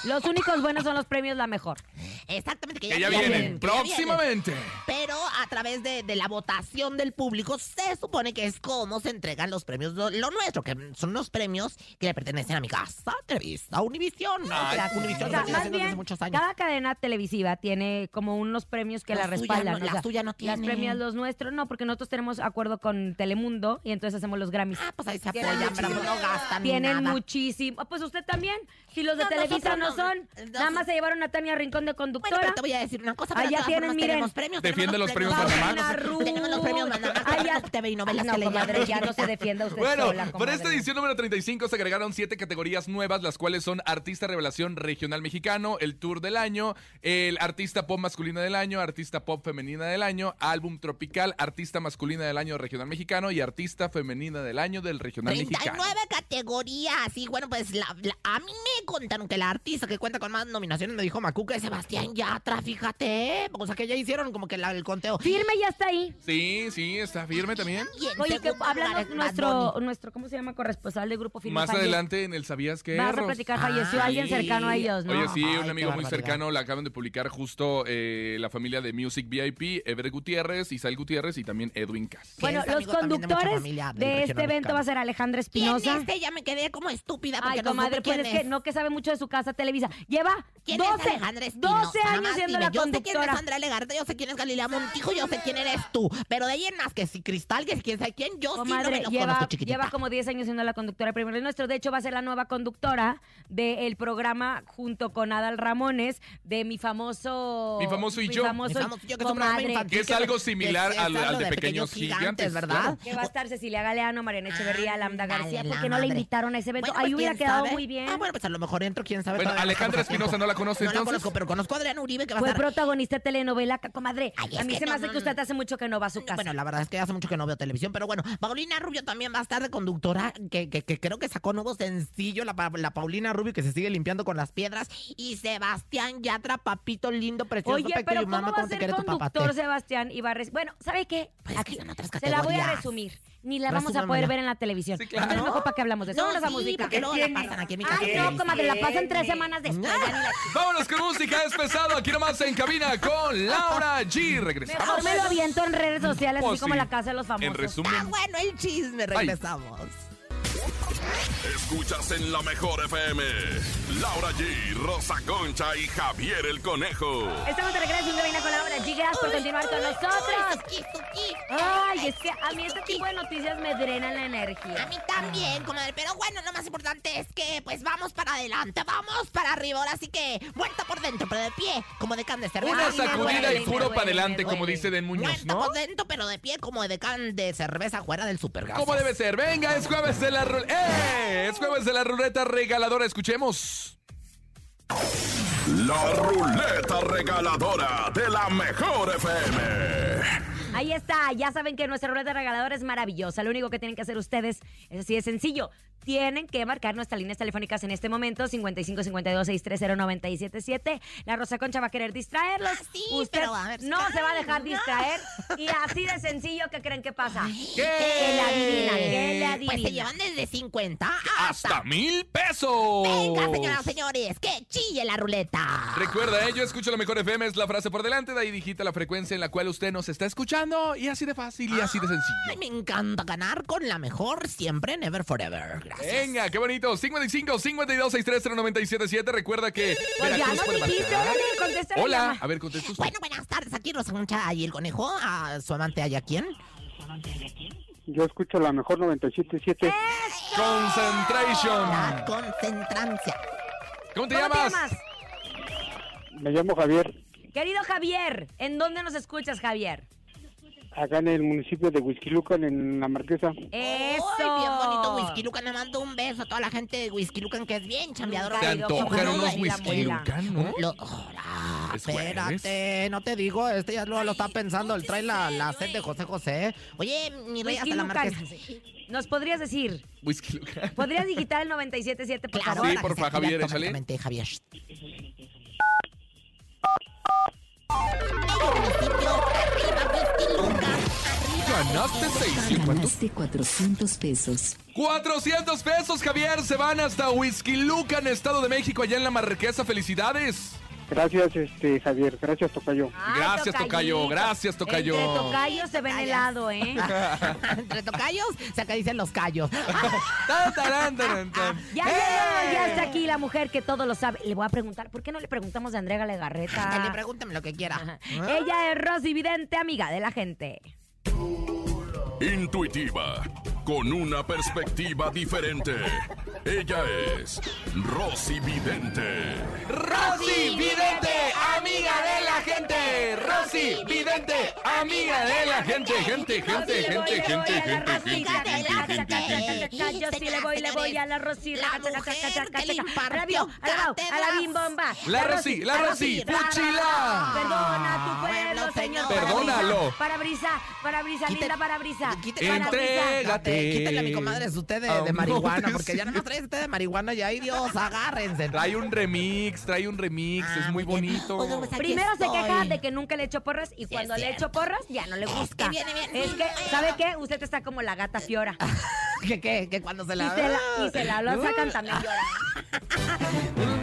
Speaker 3: Los únicos buenos son los premios La Mejor.
Speaker 4: Exactamente, que ya,
Speaker 5: Que ya
Speaker 4: vienen,
Speaker 5: vienen
Speaker 4: que ya vienen.
Speaker 5: próximamente.
Speaker 4: Pero a través de, de la votación del público se supone que es como se entregan los premios, lo, lo nuestro, que son los premios que le pertenecen a mi casa, Televisa, Univisión. ¿no?
Speaker 5: Ay,
Speaker 4: Que Univisión
Speaker 3: O sea,
Speaker 4: lo viene
Speaker 3: más
Speaker 4: haciendo desde
Speaker 3: bien,
Speaker 4: muchos años.
Speaker 3: cada cadena televisiva tiene como unos premios que
Speaker 4: La suya
Speaker 3: la respaldan.
Speaker 4: no-
Speaker 3: o
Speaker 4: la
Speaker 3: sea,
Speaker 4: suya no
Speaker 3: Las
Speaker 4: tiene.
Speaker 3: premias los nuestros, no, porque nosotros tenemos acuerdo con Telemundo y entonces hacemos los Grammys.
Speaker 4: Ah, pues ahí se
Speaker 3: Tienen
Speaker 4: apoyan, pero
Speaker 3: muchísimo-
Speaker 4: no gastan
Speaker 3: Tienen
Speaker 4: nada.
Speaker 3: muchísimo. Ah, Pues usted también. Si los de
Speaker 4: No,
Speaker 3: Televisa no,
Speaker 4: nosotros no.
Speaker 3: son,
Speaker 4: Nos-
Speaker 3: nada más se llevaron a Tania Rincón de
Speaker 4: Bueno,
Speaker 3: conductora.
Speaker 4: pero te voy a decir una cosa. Pero
Speaker 3: Allá
Speaker 4: de todas
Speaker 3: tienen,
Speaker 4: formas,
Speaker 3: miren.
Speaker 4: tenemos premios.
Speaker 5: Defiende
Speaker 4: tenemos
Speaker 5: los premios
Speaker 4: premios
Speaker 5: Panamá,
Speaker 3: Paulina
Speaker 5: no
Speaker 3: Ruth.
Speaker 4: Tenemos los premios Panamá,
Speaker 3: Ay, ya-
Speaker 4: tenemos telenovelas
Speaker 3: no,
Speaker 4: que le llaman.
Speaker 3: comadre, ya no se defienda usted
Speaker 5: Bueno,
Speaker 3: sola,
Speaker 5: para
Speaker 3: comadre.
Speaker 5: esta edición número 35 se agregaron siete categorías nuevas, las cuales son Artista Revelación Regional Mexicano, el Tour del Año, el Artista Pop Masculina del Año, Artista Pop Femenina del Año, Álbum Tropical, Artista Masculina del Año Regional Mexicano y Artista Femenina del Año del Regional
Speaker 4: 39
Speaker 5: Mexicano.
Speaker 4: categorías. Y bueno, pues la- la- a mí me contaron que la artista que cuenta con más nominaciones me dijo Macu que es Sebastián Yatra, fíjate. O sea que ya hicieron como que la- el conteo.
Speaker 3: Firme ya está ahí.
Speaker 5: Sí, sí, está firme también.
Speaker 4: Y en
Speaker 3: Oye, que
Speaker 4: segundo lugar
Speaker 3: háblanos
Speaker 4: es Bad
Speaker 3: nuestro,
Speaker 4: Bunny.
Speaker 3: nuestro, ¿cómo se llama? Corresponsal del grupo Firme.
Speaker 5: Más
Speaker 3: Falle.
Speaker 5: adelante en el Sabías que
Speaker 3: Vas a platicar, falleció
Speaker 4: Ay.
Speaker 3: alguien cercano a ellos, ¿no?
Speaker 5: Oye, sí,
Speaker 4: Pues Ay,
Speaker 5: un
Speaker 4: qué
Speaker 5: amigo muy
Speaker 4: barbaridad.
Speaker 5: cercano la acaban de publicar justo eh, la familia de Music VIP, Ever Gutiérrez, Isabel Gutiérrez y también Edwin Cass.
Speaker 4: que
Speaker 3: Bueno,
Speaker 4: es
Speaker 3: los
Speaker 4: amigo también de mucha
Speaker 3: conductores
Speaker 4: familia del
Speaker 3: de este
Speaker 4: regional
Speaker 3: evento va a
Speaker 4: mexicano.
Speaker 3: ser Alejandra
Speaker 4: ¿Quién es
Speaker 3: Espinosa.
Speaker 4: este? Ya me quedé como estúpida porque
Speaker 3: Ay, comadre,
Speaker 4: no supe
Speaker 3: pues
Speaker 4: quién
Speaker 3: es que no que sabe mucho de su casa televisa. Lleva
Speaker 4: ¿Quién
Speaker 3: 12,
Speaker 4: es Alejandra Espinosa?
Speaker 3: 12
Speaker 4: Nada
Speaker 3: años
Speaker 4: más
Speaker 3: siendo
Speaker 4: dime.
Speaker 3: la
Speaker 4: Yo sé quién es
Speaker 3: conductora.
Speaker 4: Andrea Legarde, yo sé quién es Galilea Montijo, yo sé quién eres tú. Pero de ahí en más que si Cristal, que si quién sabe quién, yo Oh, sí no me
Speaker 3: Comadre,
Speaker 4: los
Speaker 3: lleva,
Speaker 4: conozco, chiquitita.
Speaker 3: lleva como 10 años siendo la conductora primero nuestro. De hecho, va a ser la nueva conductora del programa junto con Adal Ramones de Mi Famoso...
Speaker 5: Mi Famoso y Yo.
Speaker 3: Mi Famoso,
Speaker 4: Mi famoso yo, que es un programa
Speaker 3: comadre,
Speaker 4: infantil,
Speaker 5: Que es algo
Speaker 4: que-
Speaker 5: similar
Speaker 4: que es
Speaker 5: al-
Speaker 4: algo
Speaker 5: al de Pequeños Gigantes,
Speaker 4: ¿verdad?
Speaker 3: Que va a estar Cecilia Galeano, Mariana Echeverría, Lambda García.
Speaker 4: Ándale,
Speaker 3: ¿Por
Speaker 4: la
Speaker 3: qué no la
Speaker 4: madre.
Speaker 3: invitaron a ese evento?
Speaker 4: Ah, Bueno,
Speaker 3: Ahí
Speaker 4: pues,
Speaker 3: hubiera
Speaker 4: ¿quién
Speaker 3: quedado
Speaker 4: sabe?
Speaker 3: muy bien.
Speaker 4: Ah, bueno, pues a lo mejor entro, quién sabe.
Speaker 5: Bueno,
Speaker 4: Todavía no
Speaker 5: Alejandra
Speaker 4: estamos a
Speaker 5: Espinosa, ¿no la
Speaker 4: tiempo.
Speaker 5: conoce
Speaker 4: No la
Speaker 5: entonces?
Speaker 4: conozco, pero conozco a Adrián Uribe, que va a
Speaker 3: Fue
Speaker 4: estar...
Speaker 3: Pues, protagonista de telenovela, comadre.
Speaker 4: Ay, es
Speaker 3: a mí
Speaker 4: que
Speaker 3: se me
Speaker 4: no, no,
Speaker 3: hace que
Speaker 4: no. Mm,
Speaker 3: usted hace mucho que no va a su casa.
Speaker 4: Bueno, la verdad es que hace mucho que no veo televisión, pero bueno, Paulina Rubio también va a estar de conductora, que, que- que creo que sacó nuevo sencillo, la, pa- la Paulina Rubio que se sigue limpiando con las piedras, y Sebastián Yatra, papito lindo, precioso,
Speaker 3: Oye,
Speaker 4: pequeño,
Speaker 3: pero ¿cómo
Speaker 4: mamá,
Speaker 3: va a
Speaker 4: te
Speaker 3: ser
Speaker 4: quiere tu
Speaker 3: conductor
Speaker 4: papate?
Speaker 3: Sebastián y va a rec- Bueno, ¿sabe qué?
Speaker 4: Pues es que son otras
Speaker 3: se la voy a
Speaker 4: categorías.
Speaker 3: resumir. Ni la vamos a poder
Speaker 4: Resúmamela.
Speaker 3: ver en la televisión.
Speaker 5: Sí, claro.
Speaker 3: Entonces, mejor para que hablamos de eso.
Speaker 4: No,
Speaker 3: Vámonos a
Speaker 4: sí,
Speaker 3: música.
Speaker 4: porque luego la pasan aquí en mi casa.
Speaker 3: Ay, no, comadre, la pasan tres semanas después.
Speaker 4: Mm.
Speaker 3: ya ni la-
Speaker 5: Vámonos con música, es pesado. Aquí nomás en cabina con Laura G. Regresamos.
Speaker 3: Mejor me lo aviento en redes
Speaker 4: Mm.
Speaker 3: sociales, así
Speaker 5: Pues
Speaker 3: como
Speaker 5: sí.
Speaker 3: la casa de los famosos.
Speaker 5: En resumen.
Speaker 4: Ah, bueno, el chisme, regresamos.
Speaker 6: Escuchas en la mejor FM. Laura G, Rosa Concha y Javier el Conejo.
Speaker 3: Estamos de regreso en Cabina con Laura G. Gracias por continuar con nosotros. Ah.
Speaker 4: Tuki, tuki.
Speaker 3: Ay, es que a mí este tipo de noticias me drenan la
Speaker 4: A
Speaker 3: energía.
Speaker 4: mí también, comadre. Pero bueno, lo más importante es que, pues, vamos para adelante, vamos para arriba. Ahora sí que, vuelta por dentro, pero de pie, como de can de cerveza.
Speaker 5: Una
Speaker 3: Ay, me
Speaker 5: sacudida
Speaker 3: duele,
Speaker 5: y
Speaker 3: me
Speaker 5: puro
Speaker 3: duele,
Speaker 5: para adelante,
Speaker 3: me
Speaker 5: como
Speaker 3: duele.
Speaker 5: dice Den Muñoz,
Speaker 4: Vuelta
Speaker 5: ¿no?
Speaker 4: por dentro, pero de pie, como de can de cerveza fuera del supergas.
Speaker 5: ¿Cómo debe ser? Venga, es jueves de la ruleta. ¡Eh! Es jueves de la ruleta regaladora. Escuchemos.
Speaker 6: La ruleta regaladora de la mejor FM.
Speaker 3: Ahí está, ya saben que nuestra ruleta regaladora es maravillosa. Lo único que tienen que hacer ustedes es así de sencillo. Tienen que marcar nuestras líneas telefónicas en este momento, 5552-630-977. La Rosa Concha va a querer distraerlos.
Speaker 4: Ah, sí,
Speaker 3: Usted
Speaker 4: pero a ver,
Speaker 3: no se va a dejar
Speaker 4: calma.
Speaker 3: distraer. Y así de sencillo, ¿qué creen que pasa?
Speaker 5: ¿Qué?
Speaker 3: Que la adivinan, que la
Speaker 4: Pues se
Speaker 3: adivinan.
Speaker 4: llevan desde 50 hasta...
Speaker 5: ¡Hasta mil pesos!
Speaker 4: Venga, señoras, señores, que chille la ruleta.
Speaker 5: Recuerda, ¿eh? yo escucho la mejor FM, es la frase por delante, de ahí digita la frecuencia en la cual usted nos está escuchando y así de fácil y así de
Speaker 4: Ay,
Speaker 5: sencillo.
Speaker 4: me encanta ganar con la mejor siempre, never forever. Gracias.
Speaker 5: Venga, qué bonito. 55 52 63 977. Recuerda que.
Speaker 3: Pues ya
Speaker 5: Veracruz
Speaker 3: nos
Speaker 5: puede
Speaker 3: dijiste,
Speaker 5: marcar.
Speaker 3: órale, contesta la
Speaker 5: Hola.
Speaker 3: llama.
Speaker 5: A ver, contesta usted.
Speaker 4: Bueno, buenas tardes. Aquí Rosa Concha y el conejo. A su amante hay a quién.
Speaker 7: Yo escucho la mejor 977.
Speaker 4: La
Speaker 5: Concentration.
Speaker 4: concentrancia.
Speaker 5: ¿Cómo
Speaker 3: ¿Cómo te
Speaker 5: te llamas?
Speaker 3: llamas?
Speaker 7: Me llamo Javier,
Speaker 3: Querido Javier, ¿en dónde nos escuchas, Javier?
Speaker 7: acá en el municipio de Huizquilucan, en La Marquesa.
Speaker 3: Eso.
Speaker 4: Ay, bien bonito Whisky Lucan. Le mando un beso a toda la gente de Whisky Lucan que es bien chambeadora.
Speaker 5: Te
Speaker 3: Ay, Dios,
Speaker 5: antojan
Speaker 3: cómo
Speaker 5: unos
Speaker 3: duele la
Speaker 5: whisky
Speaker 3: muela.
Speaker 5: Lucan, ¿no?
Speaker 4: Lo- Hola,
Speaker 5: Es jueves.
Speaker 4: espérate, no te digo, este ya luego lo está pensando, él trae la, la sed de José José. Oye, mi rey,
Speaker 3: Whisky
Speaker 4: hasta la
Speaker 3: Lucan,
Speaker 4: marquesa.
Speaker 3: ¿Nos podrías decir?
Speaker 5: Whisky Lucan.
Speaker 3: ¿Podrías digitar el 977, por
Speaker 4: Claro,
Speaker 3: favor?
Speaker 5: Sí,
Speaker 4: ahora que
Speaker 5: porfa,
Speaker 4: se activa
Speaker 5: Javier, échale.
Speaker 4: automáticamente, Javier.
Speaker 5: Ganaste 650.
Speaker 12: Ganaste 400 pesos.
Speaker 5: 400 pesos, Javier. Se van hasta Huizquiluca, en Estado de México, allá en la Marquesa. Felicidades.
Speaker 12: Gracias, este, Javier. Gracias, Tocayo.
Speaker 5: Gracias, Tocayo. Gracias, Tocayo.
Speaker 3: Ah, Entre tocayos se ven helado, ¿eh?
Speaker 4: Entre tocayos se acarician los callos.
Speaker 5: Tan, tarán, tarán, tan.
Speaker 3: Ya llegó,
Speaker 5: ¡Eh!
Speaker 3: ya está aquí la mujer que todo lo sabe. Le voy a preguntar, ¿por qué no le preguntamos a Andrea
Speaker 4: Que le
Speaker 3: Legarreta?
Speaker 4: pregúntame Ah, lo que quiera. Ah.
Speaker 3: Ella es Rosy Vidente, amiga de la gente.
Speaker 6: Intuitiva, con una perspectiva diferente. Ella es Rosy Vidente.
Speaker 5: Rosy Vidente, amiga de la gente. Rosy Vidente, amiga de la gente. Gente, gente, gente, gente, gente, gente.
Speaker 3: Yo sí le voy, le voy a la Rosy. A la Bio, a la Bau, a la Bimbomba.
Speaker 5: La Rosy, la Rosy, fuchila.
Speaker 3: Perdona tu pueblo, señor.
Speaker 5: Perdónalo.
Speaker 3: Para brisa, para brisa, linda para brisa.
Speaker 5: Entrégate.
Speaker 4: Quítenle a mi comadre su té de,
Speaker 5: Ah,
Speaker 4: de
Speaker 5: no,
Speaker 4: marihuana,
Speaker 5: te
Speaker 4: porque ya no traes té de marihuana y ay Dios, agárrense.
Speaker 5: Trae un remix, trae un remix, es muy bonito.
Speaker 4: Oigan, pues, aquí
Speaker 3: Primero se
Speaker 4: estoy.
Speaker 3: queja de que nunca le echo porras y cuando le echo porras ya no le gusta.
Speaker 4: viene bien.
Speaker 3: Es que, ¿sabe qué? Usted está como la gata fiora.
Speaker 4: ¿Qué, qué? ¿Qué cuando se
Speaker 3: Y
Speaker 4: la...
Speaker 3: se la, y se la lo sacan también llora.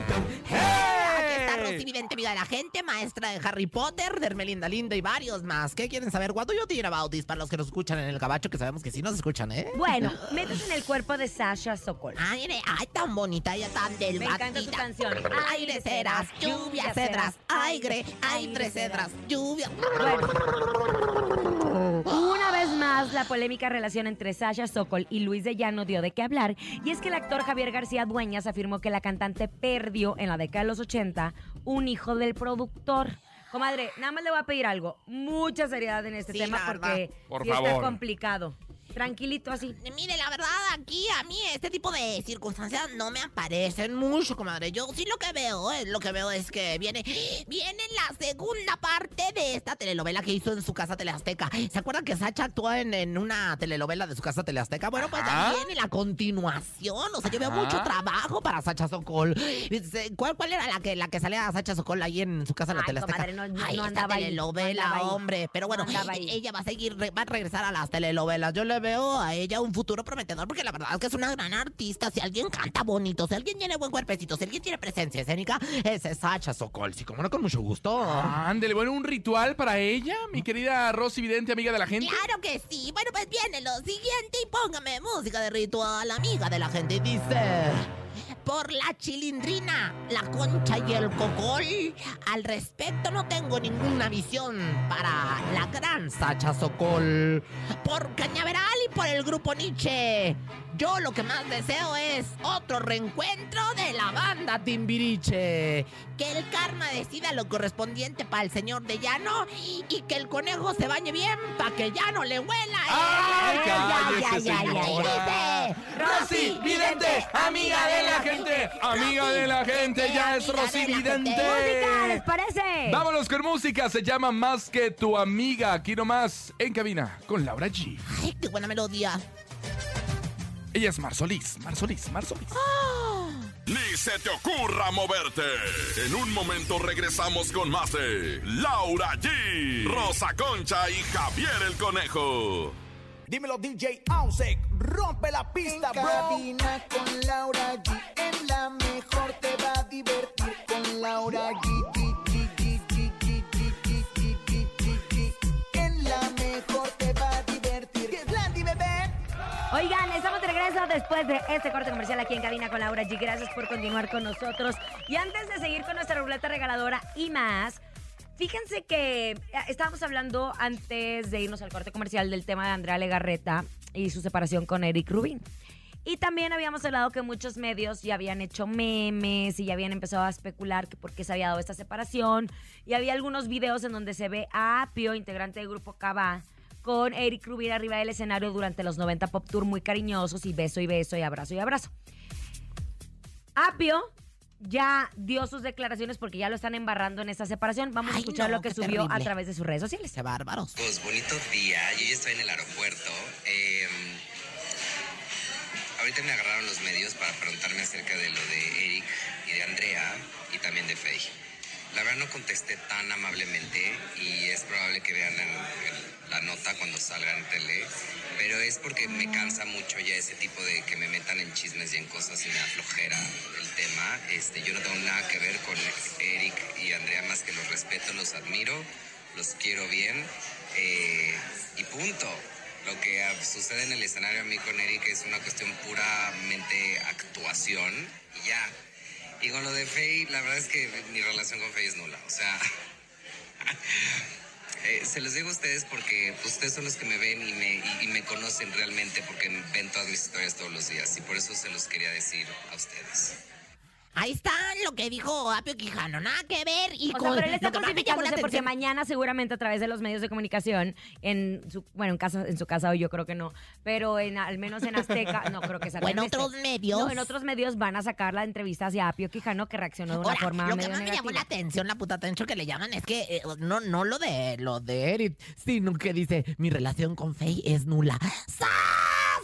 Speaker 4: Aquí está Rosy Vidente, vida de la gente, maestra de Harry Potter, de Hermelinda Linda y varios más. ¿Qué quieren saber? What do you think about this? Para los que nos escuchan en el gabacho, que sabemos que sí nos escuchan, ¿eh?
Speaker 3: Bueno, métete en el cuerpo de Sasha Sokol.
Speaker 4: Ay, mire, ay, tan bonita, ella tan del
Speaker 3: Me encanta su canción.
Speaker 4: Aire, ceras, lluvia, cedras, aire, aire, cedras, lluvia.
Speaker 3: Bueno. Una vez más, la polémica relación entre Sasha Sokol y Luis de Llano dio de qué hablar, y es que el actor Javier García Dueñas afirmó que la cantante perdió en la década de los 80 un hijo del productor. Comadre, nada más le voy a pedir algo, mucha seriedad en este
Speaker 4: Sí,
Speaker 3: tema
Speaker 4: la
Speaker 3: porque
Speaker 4: verdad.
Speaker 5: Por
Speaker 3: sí está
Speaker 5: favor.
Speaker 3: complicado. Tranquilito así.
Speaker 4: Mire, la verdad, aquí a mí este tipo de circunstancias no me aparecen mucho, comadre. Yo sí lo que veo, eh, lo que veo es que viene, viene la segunda parte de esta telenovela que hizo en su casa Teleazteca. ¿Se acuerdan que Sacha actúa en, en una telenovela de su casa Teleazteca? Bueno, pues
Speaker 5: Ajá.
Speaker 4: ya viene la continuación. O sea, yo veo
Speaker 5: Ajá.
Speaker 4: mucho trabajo para Sacha Sokol. Dice, ¿Cuál, cuál era la que, la que salía a Sacha Sokol ahí en su casa en la
Speaker 3: Ay,
Speaker 4: Teleazteca?
Speaker 3: comadre, no- no
Speaker 4: Ay, esta
Speaker 3: andaba ahí, no
Speaker 4: telenovela,
Speaker 3: andaba ahí.
Speaker 4: hombre. Pero bueno,
Speaker 3: No andaba ahí.
Speaker 4: ella va a seguir, re- va a regresar a las telenovelas. Yo le veo a ella un futuro prometedor porque la verdad es que es una gran artista. Si alguien canta bonito, si alguien tiene buen cuerpecito, si alguien tiene presencia escénica, ese es Sacha Sokol. Sí, como no, con mucho gusto.
Speaker 5: Ándele, bueno, un ritual para ella, mi querida Rosy Vidente, amiga de la gente.
Speaker 4: Claro que sí. Bueno, pues viene lo siguiente y póngame música de ritual, amiga de la gente. Y Dice. Por la chilindrina, la concha y el cocol. Al respecto no tengo ninguna visión para la gran Sacha Sokol. Por Cañaveral y por el grupo Nietzsche. Yo lo que más deseo es otro reencuentro de la banda Timbiriche. Que el karma decida lo correspondiente para el señor de Llano y que el conejo se bañe bien para que ya no le huela. ¿eh?
Speaker 5: ¡Ay,
Speaker 4: Ay,
Speaker 5: cállese,
Speaker 4: ay, ay, ay,
Speaker 5: señora!
Speaker 4: ay.
Speaker 5: Rosy Vidente, amiga de la gente. Amiga de la gente, ya es
Speaker 4: Amiga de
Speaker 5: Rosy
Speaker 4: la gente.
Speaker 3: Música, ¿les
Speaker 5: Vidente.
Speaker 3: parece?
Speaker 5: Vámonos con música, se llama Más que tu amiga. Aquí nomás, en cabina, con Laura G.
Speaker 4: Ay, qué buena melodía.
Speaker 5: Ella es Marsolís, Marsolís, Marsolís.
Speaker 6: Ni se te ocurra moverte. En un momento regresamos con más de Laura G, Rosa Concha y Javier el Conejo.
Speaker 13: Dímelo DJ Ausek, rompe la pista,
Speaker 1: En cabina con Laura G. En la mejor te va a divertir con Laura G. G, G, G, G, G, G, G, G, G, G, G. En la mejor te va a divertir. ¡Que es Landy, bebé!
Speaker 3: Oigan, estamos de regreso después de este corte comercial aquí en Cabina con Laura G. Gracias por continuar con nosotros. Y antes de seguir con nuestra ruleta regaladora y más, fíjense que eh, estábamos hablando antes de irnos al corte comercial del tema de Andrea Legarreta y su separación con Eric Rubin. Y también habíamos hablado que muchos medios ya habían hecho memes y ya habían empezado a especular que por qué se había dado esta separación. Y había algunos videos en donde se ve a Pio, integrante del grupo Cava, con Eric Rubin arriba del escenario durante los 90 Pop Tour, muy cariñosos y beso y beso y abrazo y abrazo. Apio ya dio sus declaraciones porque ya lo están embarrando en esta separación. Vamos a
Speaker 4: Ay,
Speaker 3: escuchar
Speaker 4: no,
Speaker 3: lo que
Speaker 4: qué
Speaker 3: subió a
Speaker 4: terrible.
Speaker 3: través de sus redes sociales.
Speaker 4: Qué bárbaros.
Speaker 14: Pues bonito día, yo ya estoy en el aeropuerto. Eh, ahorita me agarraron los medios para preguntarme acerca de lo de Eric y de Andrea y también de Faye. La verdad no contesté tan amablemente y es probable que vean la, la nota cuando salga en tele Pero es porque me cansa mucho ya ese tipo de que me metan en chismes y en cosas y me aflojera el tema. Este, yo no tengo nada que ver con Eric y Andrea más que los respeto, los admiro, los quiero bien eh, y punto. Lo que ah, sucede en el escenario a mí con Eric es una cuestión puramente actuación y ya. Y con lo de Faye, la verdad es que mi relación con Faye es nula. O sea, eh, se los digo a ustedes porque pues, ustedes son los que me ven y me, y- y me conocen realmente porque ven todas mis historias todos los días y por eso se los quería decir a ustedes.
Speaker 4: Ahí está lo que dijo Apio Quijano, nada que ver. Y
Speaker 3: O sea,
Speaker 4: con-
Speaker 3: pero él está
Speaker 4: lo que más me llamó la
Speaker 3: justificándose porque
Speaker 4: atención-
Speaker 3: mañana seguramente a través de los medios de comunicación, en su, bueno, en casa, en su casa hoy yo creo que no, pero en, al menos en Azteca, no creo que salga.
Speaker 4: O en
Speaker 3: este.
Speaker 4: otros medios.
Speaker 3: No, en otros medios van a sacar la entrevista hacia Apio Quijano que reaccionó de una
Speaker 4: Ahora,
Speaker 3: forma
Speaker 4: lo que
Speaker 3: medio
Speaker 4: más me llamó
Speaker 3: negativa.
Speaker 4: la atención, la puta atención que le llaman, es que eh, no, no lo de lo de
Speaker 8: Eric, sino que dice, mi relación con Faye es nula.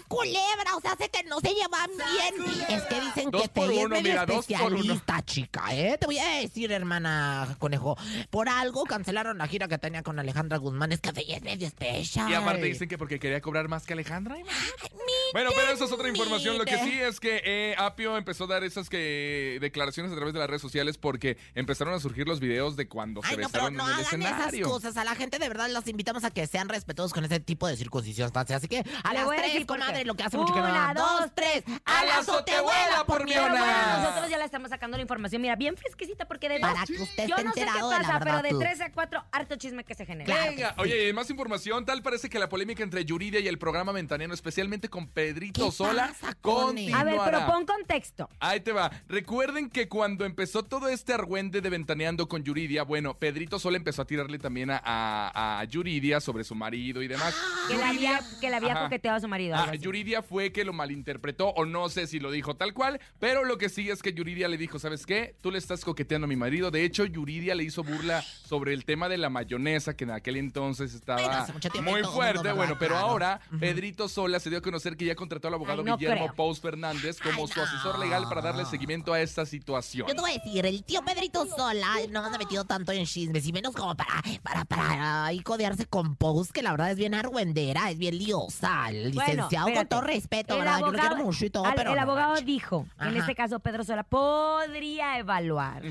Speaker 4: culebra, o sea, hace que no se llevan bien. Es que dicen
Speaker 8: Dos
Speaker 4: que
Speaker 8: por
Speaker 4: Faye es
Speaker 8: uno,
Speaker 4: medio
Speaker 8: mira, dos por uno.
Speaker 4: especialista, chica, ¿eh? Te voy a decir, hermana Conejo, por algo cancelaron la gira que tenía con Alejandra Guzmán, es que Faye es medio especial.
Speaker 5: Y aparte dicen que porque quería cobrar más que Alejandra. imagínate. Bueno, pero eso es otra información. Lo que sí es que eh, Apio empezó a dar esas que declaraciones a través de las redes sociales porque empezaron a surgir los videos de cuando se besaron
Speaker 4: No
Speaker 5: en el
Speaker 4: hagan esas
Speaker 5: escenario.
Speaker 4: cosas, a la gente de verdad los invitamos a que sean respetuosos con ese tipo de circunstancias. Así que a
Speaker 3: Le
Speaker 4: las
Speaker 3: voy a
Speaker 4: tres,
Speaker 3: decir por qué.
Speaker 4: comadre, lo que hace mucho que no.
Speaker 3: Una,
Speaker 4: hablamos.
Speaker 3: dos, tres.
Speaker 4: ¡A la azotehuela por mi
Speaker 3: Pero
Speaker 4: ona!
Speaker 3: bueno, nosotros ya le estamos sacando la información, mira, bien fresquecita, porque de
Speaker 4: Para
Speaker 3: dos-
Speaker 4: que usted
Speaker 3: yo
Speaker 4: esté
Speaker 3: no sé qué
Speaker 4: enterado de la
Speaker 3: pasa, pero
Speaker 5: verdad, tú.
Speaker 3: de tres a cuatro, harto chisme que se genera.
Speaker 5: Venga, oye, más información. Tal parece que la polémica entre Yuridia y el programa Ventaniano, especialmente con Pedrito Sola, continuará.
Speaker 3: A ver, pero pon contexto.
Speaker 5: Ahí te va. Recuerden que cuando empezó todo este argüende de ventaneando con Yuridia, bueno, Pedrito Sola empezó a tirarle también a, a- a Yuridia sobre su marido y demás.
Speaker 4: Ah,
Speaker 3: Que le había, que le había
Speaker 5: Ajá.
Speaker 3: coqueteado a su marido.
Speaker 5: Ah,
Speaker 3: algo así.
Speaker 5: Yuridia fue que lo malinterpretó, o no sé si lo dijo tal cual, pero lo que sí es que Yuridia le dijo: ¿Sabes qué? Tú le estás coqueteando a mi marido. De hecho, Yuridia le hizo burla sobre el tema de la mayonesa, que en aquel entonces estaba
Speaker 4: hace mucho tiempo
Speaker 5: muy
Speaker 4: y todo
Speaker 5: fuerte.
Speaker 4: mundo, ¿verdad?
Speaker 5: bueno, pero
Speaker 4: Claro.
Speaker 5: ahora Pedrito Sola se dio a conocer que ya contrató al abogado
Speaker 4: Ay, no
Speaker 5: Guillermo
Speaker 4: creo.
Speaker 5: Pous Fernández como su asesor legal para darle seguimiento a esta situación.
Speaker 4: Yo te voy a decir, el tío Pedrito Sola no anda metido tanto en chismes y menos como para, para, para ahí codearse con Pous, que la verdad es bien argüendera, es bien liosa. El
Speaker 3: Bueno,
Speaker 4: licenciado, con
Speaker 3: espérate.
Speaker 4: todo respeto,
Speaker 3: El
Speaker 4: ¿verdad? Yo lo
Speaker 3: abogado-
Speaker 4: quiero mucho y todo,
Speaker 3: al-
Speaker 4: pero.
Speaker 3: El
Speaker 4: no
Speaker 3: abogado
Speaker 4: manches.
Speaker 3: dijo, en
Speaker 4: Ajá.
Speaker 3: este caso Pedro Sola, podría evaluar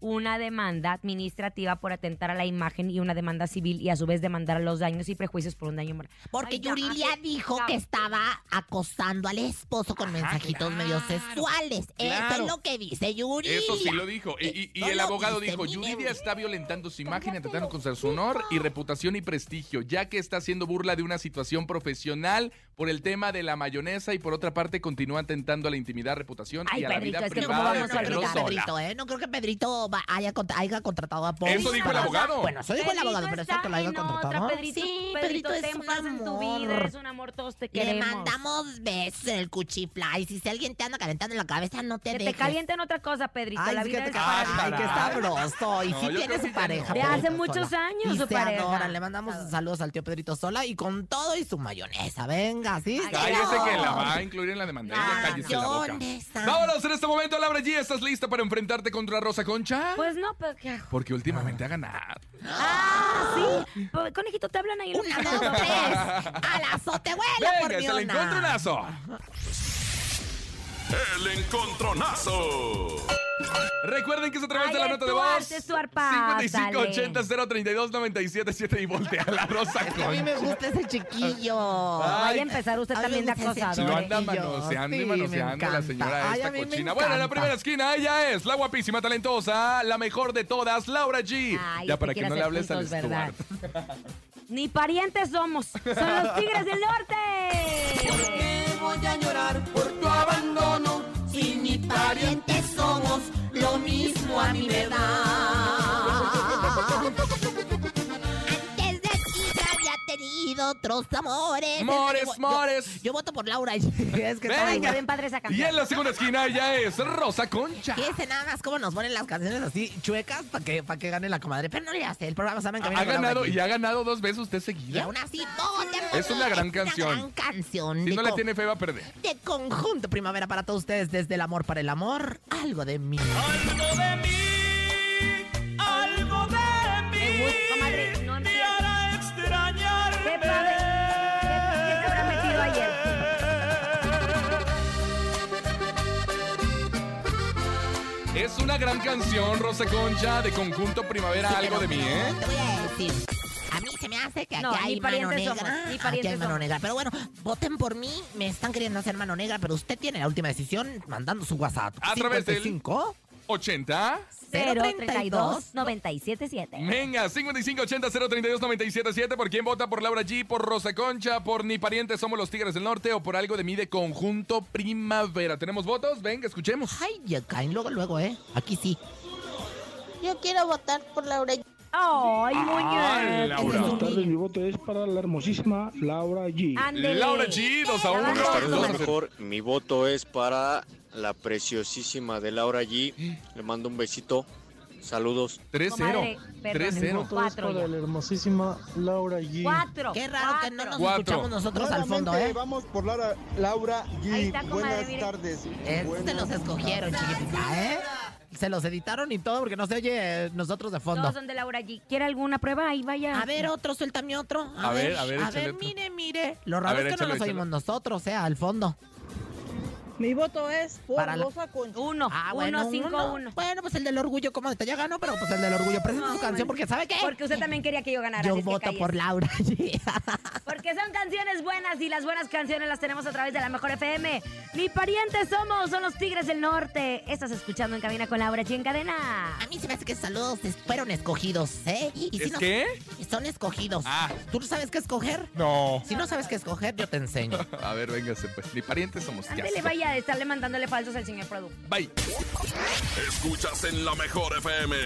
Speaker 3: una demanda administrativa por atentar a la imagen y una demanda civil y a su vez demandar los daños y prejuicios por un daño moral.
Speaker 4: Porque Yurilia dijo que estaba acosando al esposo con mensajitos medio sexuales. Eso
Speaker 5: claro.
Speaker 4: es lo que dice Yurilia.
Speaker 5: Eso sí lo dijo. Y, y- y el
Speaker 4: Solo
Speaker 5: abogado
Speaker 4: dice,
Speaker 5: dijo,
Speaker 4: "Miren".
Speaker 5: Yuridia está violentando su imagen y atentando contra su honor y reputación y prestigio, ya que está haciendo burla de una situación profesional por el tema de la mayonesa y por otra parte continúa atentando a la intimidad, reputación
Speaker 4: Ay,
Speaker 5: y a
Speaker 4: Pedrito,
Speaker 5: la vida
Speaker 4: es que no
Speaker 5: privada de
Speaker 4: vamos a
Speaker 5: Pedro
Speaker 4: olvidar a
Speaker 5: Sola.
Speaker 4: Pedrito, ¿eh? No creo que Pedrito va- haya, cont- haya contratado a Pous.
Speaker 5: Eso dijo el
Speaker 4: para-
Speaker 5: abogado.
Speaker 4: Bueno, eso dijo el
Speaker 3: Pedrito
Speaker 4: abogado, pero eso
Speaker 3: está
Speaker 4: que lo haya
Speaker 3: en otra,
Speaker 4: contratado.
Speaker 3: Pedrito,
Speaker 4: sí,
Speaker 3: Pedrito,
Speaker 4: Pedrito es
Speaker 3: ten
Speaker 4: un
Speaker 3: paz en tu vida,
Speaker 4: amor.
Speaker 3: es un amor, todos te
Speaker 4: Le
Speaker 3: queremos.
Speaker 4: mandamos besos en el cuchifly. Si si alguien te anda calentando la cabeza, no te
Speaker 3: que te
Speaker 4: dejes.
Speaker 3: calienten otra cosa, Pedrito.
Speaker 4: Ay,
Speaker 3: la
Speaker 4: sí que
Speaker 3: vida
Speaker 4: te
Speaker 3: es
Speaker 4: cal-
Speaker 3: para
Speaker 4: Ay,
Speaker 3: ti.
Speaker 4: qué sabroso. Y
Speaker 3: No,
Speaker 4: si
Speaker 3: yo creo
Speaker 4: tiene
Speaker 3: que
Speaker 4: su
Speaker 3: ya no.
Speaker 4: pareja.
Speaker 3: De
Speaker 4: Pedrito
Speaker 3: hace muchos
Speaker 4: Sola.
Speaker 3: años,
Speaker 4: Y
Speaker 3: su
Speaker 4: se
Speaker 3: pareja.
Speaker 4: adoran. Le mandamos saludos al tío Pedrito Sola y con todo y su mayonesa. Venga, sí.
Speaker 5: Cállese que la va a incluir en la demanda. Ella cállese la boca. Vámonos en este momento, Laura G. ¿Estás lista para enfrentarte contra Rosa Concha?
Speaker 3: Pues no, pero ¿qué hago?
Speaker 5: Porque últimamente ha ganado.
Speaker 3: Ah, sí. Pues, Conejito, te hablan ahí. Una, dos, tres.
Speaker 4: A la azotehuela por
Speaker 5: Venga,
Speaker 4: mi
Speaker 5: es el
Speaker 4: ona.
Speaker 5: encontronazo.
Speaker 6: El encontronazo.
Speaker 5: Recuerden que es a través de la nota de voz. 5580-032-977 y voltea la rosa
Speaker 4: A mí me
Speaker 5: Concha.
Speaker 4: gusta ese chiquillo.
Speaker 5: Ay. Vaya a
Speaker 3: empezar usted también de acosador, ¿eh?
Speaker 5: Lo anda manoseando y manoseando la señora esta cochina. Bueno, en la primera esquina ella es la guapísima, talentosa, la mejor de todas, Laura G.
Speaker 3: Ay,
Speaker 5: ya
Speaker 3: es
Speaker 5: para
Speaker 3: que
Speaker 5: que no
Speaker 3: quiere
Speaker 5: le hables
Speaker 3: hacer
Speaker 5: al
Speaker 3: puntos, ¿verdad?
Speaker 5: Stuart.
Speaker 3: Ni parientes somos. Son los Tigres del Norte.
Speaker 1: voy a llorar por tu abandono si ni parientes somos, lo mismo a mí me da.
Speaker 4: Antes de ti ya había tenido otros amores.
Speaker 5: Mores,
Speaker 4: Yo- yo-
Speaker 5: mores.
Speaker 4: Yo voto por Laura. Es que
Speaker 5: Venga.
Speaker 4: está bien padre esa
Speaker 5: Y en
Speaker 4: canción.
Speaker 5: la segunda esquina ella es Rosa Concha.
Speaker 4: Fíjense nada más cómo nos ponen las canciones así chuecas para que, pa' que gane la comadre. Pero no le hace, el programa saben que
Speaker 5: Ha ganado y ha ganado dos veces usted seguida.
Speaker 4: aún así, voten por
Speaker 5: Es una
Speaker 4: mí.
Speaker 5: gran
Speaker 4: Es una
Speaker 5: canción.
Speaker 4: gran canción.
Speaker 5: Si
Speaker 4: de
Speaker 5: no la
Speaker 4: co-
Speaker 5: tiene fe va a perder.
Speaker 4: De conjunto primavera para todos ustedes, desde el amor para el amor, algo de mí.
Speaker 1: Algo de mí, algo de mí,
Speaker 3: Comadre, no
Speaker 1: te hará
Speaker 3: Qué padre.
Speaker 1: extrañarme.
Speaker 3: Qué- qué
Speaker 5: Es una gran canción, Rosa Concha, de conjunto Primavera,
Speaker 4: Sí,
Speaker 5: algo
Speaker 4: pero-
Speaker 5: de mí, ¿eh?
Speaker 4: Te voy a decir. A mí se me hace que aquí
Speaker 3: No,
Speaker 4: hay
Speaker 3: ni
Speaker 4: mano
Speaker 3: parientes
Speaker 4: negra.
Speaker 3: somos, ni
Speaker 4: aquí
Speaker 3: parientes
Speaker 4: hay mano
Speaker 3: somos.
Speaker 4: negra. Pero bueno, voten por mí. Me están queriendo hacer mano negra, pero usted tiene la última decisión mandando su WhatsApp.
Speaker 5: A través del
Speaker 4: 55
Speaker 5: 80.
Speaker 3: 032 977.
Speaker 5: Venga, 5580-032-977. ¿Por quién vota? ¿Por Laura G? ¿Por Rosa Concha? ¿Por Ni Parientes Somos los Tigres del Norte? ¿O por algo de mí de conjunto Primavera? ¿Tenemos votos? Venga, escuchemos.
Speaker 4: Ay, ya caen luego, luego, ¿eh? Aquí sí.
Speaker 15: Yo quiero votar por Laura.
Speaker 3: ¡Ay,
Speaker 5: Ay, Laura.
Speaker 16: Buenas tardes, mi voto es para la hermosísima Laura G.
Speaker 4: Ah,
Speaker 3: Ándele.
Speaker 5: Laura G, 2 a 1.
Speaker 17: Buenas tardes, lo mejor. Mi voto es para la preciosísima de Laura G. Le mando un besito. Saludos.
Speaker 5: 3-0.
Speaker 3: Cuatro ya.
Speaker 16: la hermosísima Laura G.
Speaker 3: Cuatro.
Speaker 4: Qué raro que no nos
Speaker 16: Cuatro.
Speaker 4: escuchamos nosotros al
Speaker 16: Nuevamente
Speaker 4: fondo, ¿eh?
Speaker 16: Vamos por Laura, Laura G.
Speaker 4: Ahí está, comadre,
Speaker 16: Buenas
Speaker 4: mire.
Speaker 16: tardes.
Speaker 4: Eh, se
Speaker 16: Buenas
Speaker 4: los escogieron, chiquitita, ¿eh? Se los editaron y todo porque no se oye eh, nosotros de fondo.
Speaker 3: Todos son de Laura G. ¿Quiere alguna prueba? Ahí vaya.
Speaker 4: A ver, otro, suéltame otro.
Speaker 5: A ver, a ver,
Speaker 4: A
Speaker 5: échale
Speaker 4: ver,
Speaker 5: otro.
Speaker 4: mire, mire. Lo
Speaker 5: A
Speaker 4: raro
Speaker 5: ver,
Speaker 4: es que
Speaker 5: échale,
Speaker 4: no nos oímos
Speaker 5: échale.
Speaker 4: nosotros, ¿eh? Al fondo.
Speaker 9: Mi voto es por
Speaker 4: Para la-
Speaker 9: Rosa Concha.
Speaker 3: Uno,
Speaker 4: Ah, bueno, uno. Bueno, pues el del orgullo, como ya ganó, pero pues el del orgullo. Presenta su canción porque, ¿sabe qué?
Speaker 3: Porque usted también quería que yo ganara. así
Speaker 4: Yo
Speaker 3: es que
Speaker 4: voto
Speaker 3: cállese.
Speaker 4: por Laura.
Speaker 3: Porque son canciones buenas y las buenas canciones las tenemos a través de la mejor FM. Ni parientes somos, son los Tigres del Norte. Estás escuchando en cabina con Laura G en cadena.
Speaker 4: A mí se me hace que saludos fueron escogidos, ¿eh? Y
Speaker 5: ¿Es
Speaker 4: nos-
Speaker 5: qué?
Speaker 4: Son escogidos.
Speaker 5: Ah.
Speaker 4: ¿Tú no sabes qué escoger?
Speaker 5: No.
Speaker 4: Si no sabes qué escoger, yo te enseño.
Speaker 5: A ver, véngase, pues. Ni parientes somos. qué
Speaker 3: Ándele,
Speaker 5: asco.
Speaker 3: vaya a estarle mandándole falsos al señor producto.
Speaker 5: Bye.
Speaker 6: Escuchas en la mejor FM.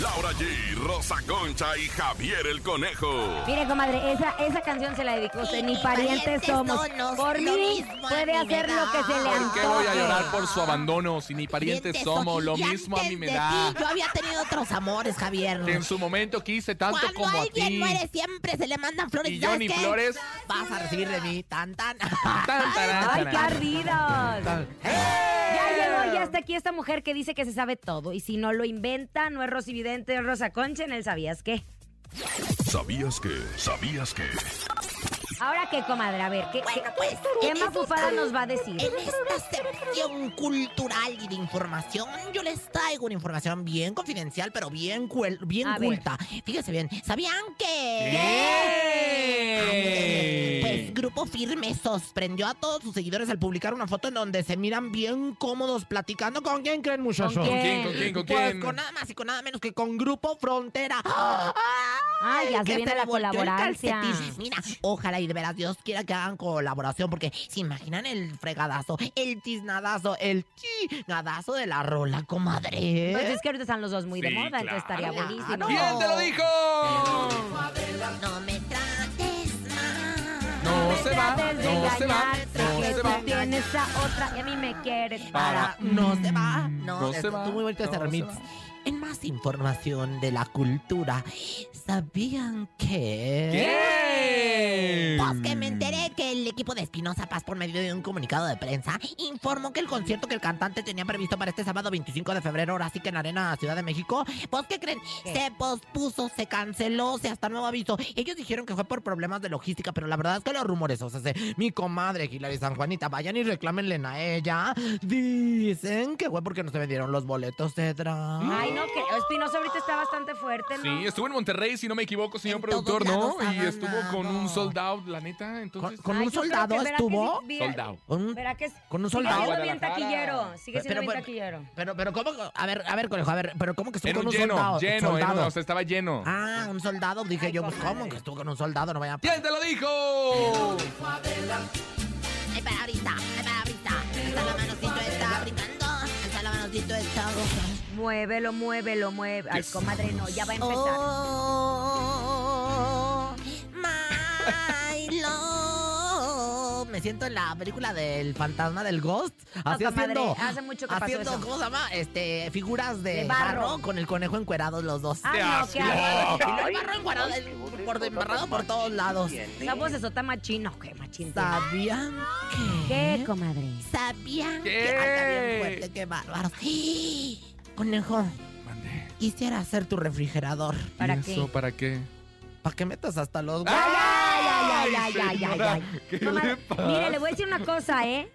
Speaker 6: Laura G, Rosa Concha y Javier el Conejo.
Speaker 3: Mire, comadre, esa, esa canción se la dedicó usted. Ni parientes somos.
Speaker 4: sonos,
Speaker 3: Por
Speaker 4: lo
Speaker 3: mí
Speaker 4: mismo a
Speaker 3: puede
Speaker 4: mí me
Speaker 3: hacer lo
Speaker 4: da.
Speaker 3: que se le
Speaker 5: ¿Por qué voy a llorar
Speaker 3: antoje.
Speaker 5: por su abandono? Si ni parientes
Speaker 4: Mientes,
Speaker 5: somos, lo
Speaker 4: y
Speaker 5: mismo a mí me
Speaker 4: antes de
Speaker 5: da.
Speaker 4: ti, Yo había tenido otros amores, Javier.
Speaker 5: Que en su momento quise tanto
Speaker 4: Cuando
Speaker 5: como a
Speaker 4: alguien
Speaker 5: ti.
Speaker 4: muere, siempre se le mandan flores.
Speaker 5: Y
Speaker 4: ¿sabes
Speaker 5: Johnny
Speaker 4: qué?
Speaker 5: Flores.
Speaker 4: Vas a recibir de mí tan tan.
Speaker 5: Tan, tarán,
Speaker 3: ¡Ay,
Speaker 5: tarán.
Speaker 3: qué ardidos! Ya llegó y hasta aquí esta mujer que dice que se sabe todo. Y si no lo inventa, no es Rosy Vidente, es Rosa Concha en el ¿Sabías qué?
Speaker 6: ¿Sabías que? ¿Sabías que?
Speaker 3: Ahora qué, comadre, a ver, ¿qué, qué-
Speaker 4: Pues,
Speaker 3: qué
Speaker 4: en eso
Speaker 3: mafufada
Speaker 4: tan-
Speaker 3: nos va a decir?
Speaker 4: En esta sección cultural y de información, yo les traigo una información bien confidencial, pero bien, cuel- bien
Speaker 3: A ver.
Speaker 4: culta. Fíjense bien, ¿sabían que?
Speaker 5: ¿Qué?
Speaker 4: Pues Grupo Firme sorprendió a todos sus seguidores al publicar una foto en donde se miran bien cómodos platicando. ¿Con quién creen, muchachos?
Speaker 3: ¿Con quién?
Speaker 5: ¿Con quién? ¿Con
Speaker 4: Pues,
Speaker 5: quién?
Speaker 4: con nada más y con nada menos que con Grupo Frontera. ¡Ah!
Speaker 3: Ah, ya se
Speaker 4: que
Speaker 3: viene
Speaker 4: le
Speaker 3: la
Speaker 4: volteó el
Speaker 3: colaborancia.
Speaker 4: calcetín. Mira, ojalá y de veras Dios quiera que hagan colaboración, porque se imaginan el fregadazo, el tiznadazo, el chinadazo de la rola, comadre.
Speaker 3: Pues es que ahorita están los dos muy de
Speaker 5: Sí,
Speaker 3: moda, entonces
Speaker 5: claro.
Speaker 3: estaría buenísimo.
Speaker 5: ¿Quién te lo dijo?
Speaker 4: No me trates mal.
Speaker 5: No se va,
Speaker 3: trates de
Speaker 5: no se va,
Speaker 3: engañar,
Speaker 5: no
Speaker 3: que
Speaker 5: se
Speaker 3: tú
Speaker 5: va.
Speaker 3: tienes a otra y a mí me quieres para...
Speaker 4: Para, no se va, no,
Speaker 5: Mm, No
Speaker 4: se
Speaker 5: se va,
Speaker 4: Muy bonito ese
Speaker 5: no se
Speaker 4: remix.
Speaker 5: va.
Speaker 4: En más información de la cultura, ¿sabían que?
Speaker 5: ¿Qué?
Speaker 4: Pues que me enteré que el equipo de Espinosa Paz, por medio de un comunicado de prensa, informó que el concierto que el cantante tenía previsto para este sábado 25 de febrero, ahora sí que en Arena Ciudad de México, pues ¿qué creen? Se pospuso, se canceló, se hasta nuevo aviso. Ellos dijeron que fue por problemas de logística, pero la verdad es que los rumores, o sea, se- mi comadre Hilary San Juanita, vayan y reclámenle a ella. Dicen que fue porque no se vendieron los boletos de drag.
Speaker 3: Ay, no, que Espinosa ahorita está bastante fuerte, ¿no?
Speaker 5: Sí, estuvo en Monterrey, si no me equivoco, señor
Speaker 4: En
Speaker 5: productor,
Speaker 4: todos
Speaker 5: ¿no?
Speaker 4: lados
Speaker 5: Y
Speaker 4: ha
Speaker 5: estuvo con
Speaker 4: ganado.
Speaker 5: un sold out, la neta,
Speaker 4: ¿Con,
Speaker 5: entonces.
Speaker 4: con
Speaker 3: Ay,
Speaker 4: un
Speaker 3: yo creo que
Speaker 4: soldado
Speaker 3: verá que sí,
Speaker 4: estuvo?
Speaker 3: vi-
Speaker 5: Sold out.
Speaker 4: Con un-
Speaker 3: Verá que es-
Speaker 4: ¿Con un
Speaker 3: Sigue
Speaker 4: soldado?
Speaker 3: siendo bien taquillero. Sigue
Speaker 4: Pero-
Speaker 3: siendo bien
Speaker 4: pero-
Speaker 3: taquillero.
Speaker 4: Pero, pero, ¿cómo? A ver, a ver, conejo, a ver, pero ¿cómo que estuvo
Speaker 5: Era
Speaker 4: con
Speaker 5: un
Speaker 4: un
Speaker 5: lleno,
Speaker 4: soldado?
Speaker 5: lleno, era
Speaker 4: soldado.
Speaker 5: un- o sea, estaba lleno.
Speaker 4: Ah, un soldado, dije
Speaker 3: Ay,
Speaker 4: yo, pues
Speaker 3: comadre.
Speaker 4: ¿cómo que estuvo con un soldado? No vaya a...
Speaker 5: ¿Quién te lo dijo?
Speaker 4: Ay, para ahorita, ay, para ahorita. Alza la manocito, está brincando. Alza la manocito, está gozando.
Speaker 3: Muévelo, muévelo, muévelo. Ay,
Speaker 5: Yes.
Speaker 3: comadre, no, ya va a empezar.
Speaker 4: Oh, my love. Me siento en la película del fantasma del Ghost. Así
Speaker 3: No, comadre,
Speaker 4: haciendo.
Speaker 3: hace mucho que pasó
Speaker 4: haciendo,
Speaker 3: eso.
Speaker 4: ¿cómo se llama? Este, figuras de,
Speaker 3: De barro.
Speaker 4: con el conejo encuerado los dos.
Speaker 3: Ay, no, qué
Speaker 5: asco.
Speaker 3: asco.
Speaker 4: Y el barro encuerado, el- por, embarrado por todos lados.
Speaker 3: Esa vocesota machino, qué machín.
Speaker 4: ¿Sabían
Speaker 3: ¿Qué, comadre?
Speaker 4: Sabían
Speaker 5: ¿Qué?
Speaker 4: que había bien fuerte, qué bárbaro. Conejo,
Speaker 5: Mande.
Speaker 4: quisiera hacer tu refrigerador.
Speaker 3: ¿Para
Speaker 5: ¿Y
Speaker 3: qué?
Speaker 5: eso para qué?
Speaker 4: Para que metas hasta los
Speaker 5: ¡Ah!
Speaker 3: Ay, ay, ay, ay, ay, ay,
Speaker 5: señora,
Speaker 3: ay.
Speaker 5: ¿qué
Speaker 3: Comadre,
Speaker 5: le pasa?
Speaker 3: mire, le voy a decir una cosa, ¿eh?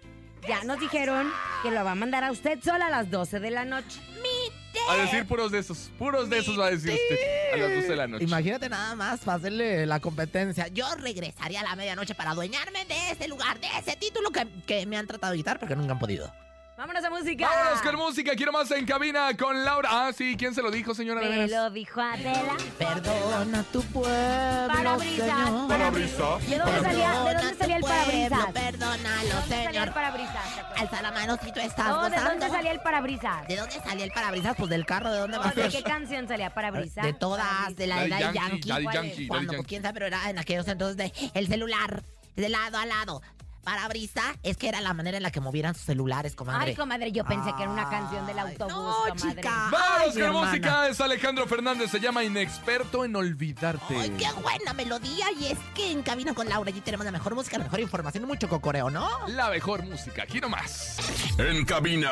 Speaker 3: Ya nos dijeron que lo va a mandar a usted sola a las 12 de la noche.
Speaker 4: Mi
Speaker 5: A decir puros de esos. Puros de esos va a decir usted a las 12 de la noche.
Speaker 4: Imagínate nada más para hacerle la competencia. Yo regresaría a la medianoche para adueñarme de ese lugar, de ese título que, que me han tratado de quitar, pero que nunca han podido.
Speaker 3: Vámonos a música.
Speaker 5: Vámonos con música. Quiero más en cabina con Laura. Ah, sí. ¿Quién se lo dijo, señora? de
Speaker 3: Me
Speaker 5: veras?
Speaker 3: lo dijo Adela.
Speaker 4: Perdona tu pueblo.
Speaker 3: Parabrisas,
Speaker 4: señor.
Speaker 3: parabrisas. ¿De dónde salía- de dónde salía el
Speaker 4: Perdona tu pueblo,
Speaker 3: parabrisas?
Speaker 4: Perdónalo,
Speaker 3: salía el
Speaker 4: señor.
Speaker 3: parabrisas?
Speaker 4: Alza la mano si tú estás
Speaker 3: No, ¿de
Speaker 4: gozando.
Speaker 3: dónde salía el parabrisas?
Speaker 4: ¿De dónde salía el parabrisas? Pues del carro, ¿de dónde va a
Speaker 3: No, ¿De
Speaker 4: ser?
Speaker 3: qué canción salía parabrisas?
Speaker 4: De todas,
Speaker 3: Parabrisas.
Speaker 4: de la de
Speaker 5: Daddy
Speaker 4: Daddy
Speaker 5: Yankee,
Speaker 4: Yankee.
Speaker 5: Daddy
Speaker 4: ¿Cuál es?
Speaker 5: Yankee, Daddy
Speaker 4: Cuando, pues,
Speaker 5: Yankee.
Speaker 4: quién sabe, pero era en aquellos entonces de el celular, de lado a lado. Parabrisa, es que era la manera en la que movieran sus celulares, comadre.
Speaker 3: Ay, comadre, yo pensé que era una canción del autobús, comadre.
Speaker 4: chica.
Speaker 5: Vámonos
Speaker 4: Ay,
Speaker 5: con
Speaker 4: mi
Speaker 5: música. Es Alejandro Fernández. Se llama Inexperto en Olvidarte.
Speaker 4: Ay, qué buena melodía. Y es que en Cabina con Laura allí tenemos la mejor música, la mejor información y mucho cocoreo, ¿no?
Speaker 5: La mejor música. Aquí nomás.
Speaker 6: En cabina,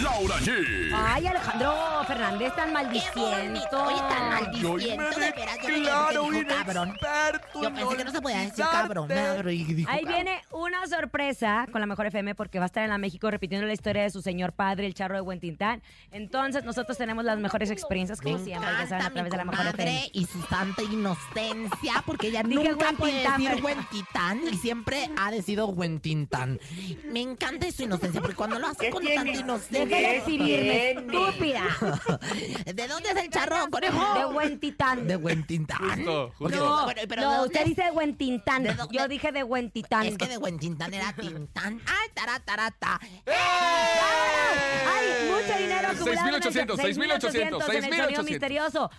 Speaker 6: Laura G.
Speaker 3: Ay, Alejandro Fernández, tan maldiciento.
Speaker 4: Oye, tan
Speaker 6: Yo me
Speaker 4: maldiciento, de veras. Yo pensé
Speaker 6: declaro
Speaker 4: que dijo cabrón. Yo pensé que no se podía decir cabrón. nada, pero y dijo
Speaker 3: Ahí
Speaker 4: cabrón.
Speaker 3: viene una sorpresa con la mejor FM porque va a estar en la México repitiendo la historia de su señor padre, el charro de Huentintán. Entonces, nosotros tenemos las mejores experiencias, como
Speaker 4: Me
Speaker 3: siempre, ya saben,
Speaker 4: encanta
Speaker 3: a través
Speaker 4: mi
Speaker 3: de la mejor FM.
Speaker 4: comadre y su santa inocencia, porque ella
Speaker 3: Dije
Speaker 4: nunca
Speaker 3: buen
Speaker 4: puede
Speaker 3: tintán,
Speaker 4: decir
Speaker 3: ¿verdad?
Speaker 4: buen titán y siempre ha decidido buen tintán. Me encanta su inocencia, porque cuando lo hace con tanta inocencia...
Speaker 3: Deja de exhibirme, estúpida.
Speaker 4: ¿De dónde es el charro, conejo?
Speaker 3: De Huentitán.
Speaker 4: De buen tintán.
Speaker 5: Justo,
Speaker 4: Ok,
Speaker 5: justo.
Speaker 3: No,
Speaker 4: bueno, pero ¿de
Speaker 3: no
Speaker 4: dónde
Speaker 3: usted
Speaker 4: es?
Speaker 3: dice Huentintán.
Speaker 4: ¿De dónde?
Speaker 3: Yo dije de Huentitán.
Speaker 4: Es que de buen tintán era tintán. ¡Ay, taratarata!
Speaker 3: Ay, mucho dinero acumulado. en el-
Speaker 5: 6,800, 6,800,
Speaker 3: en el sonido
Speaker 5: 6,800.
Speaker 3: misterioso.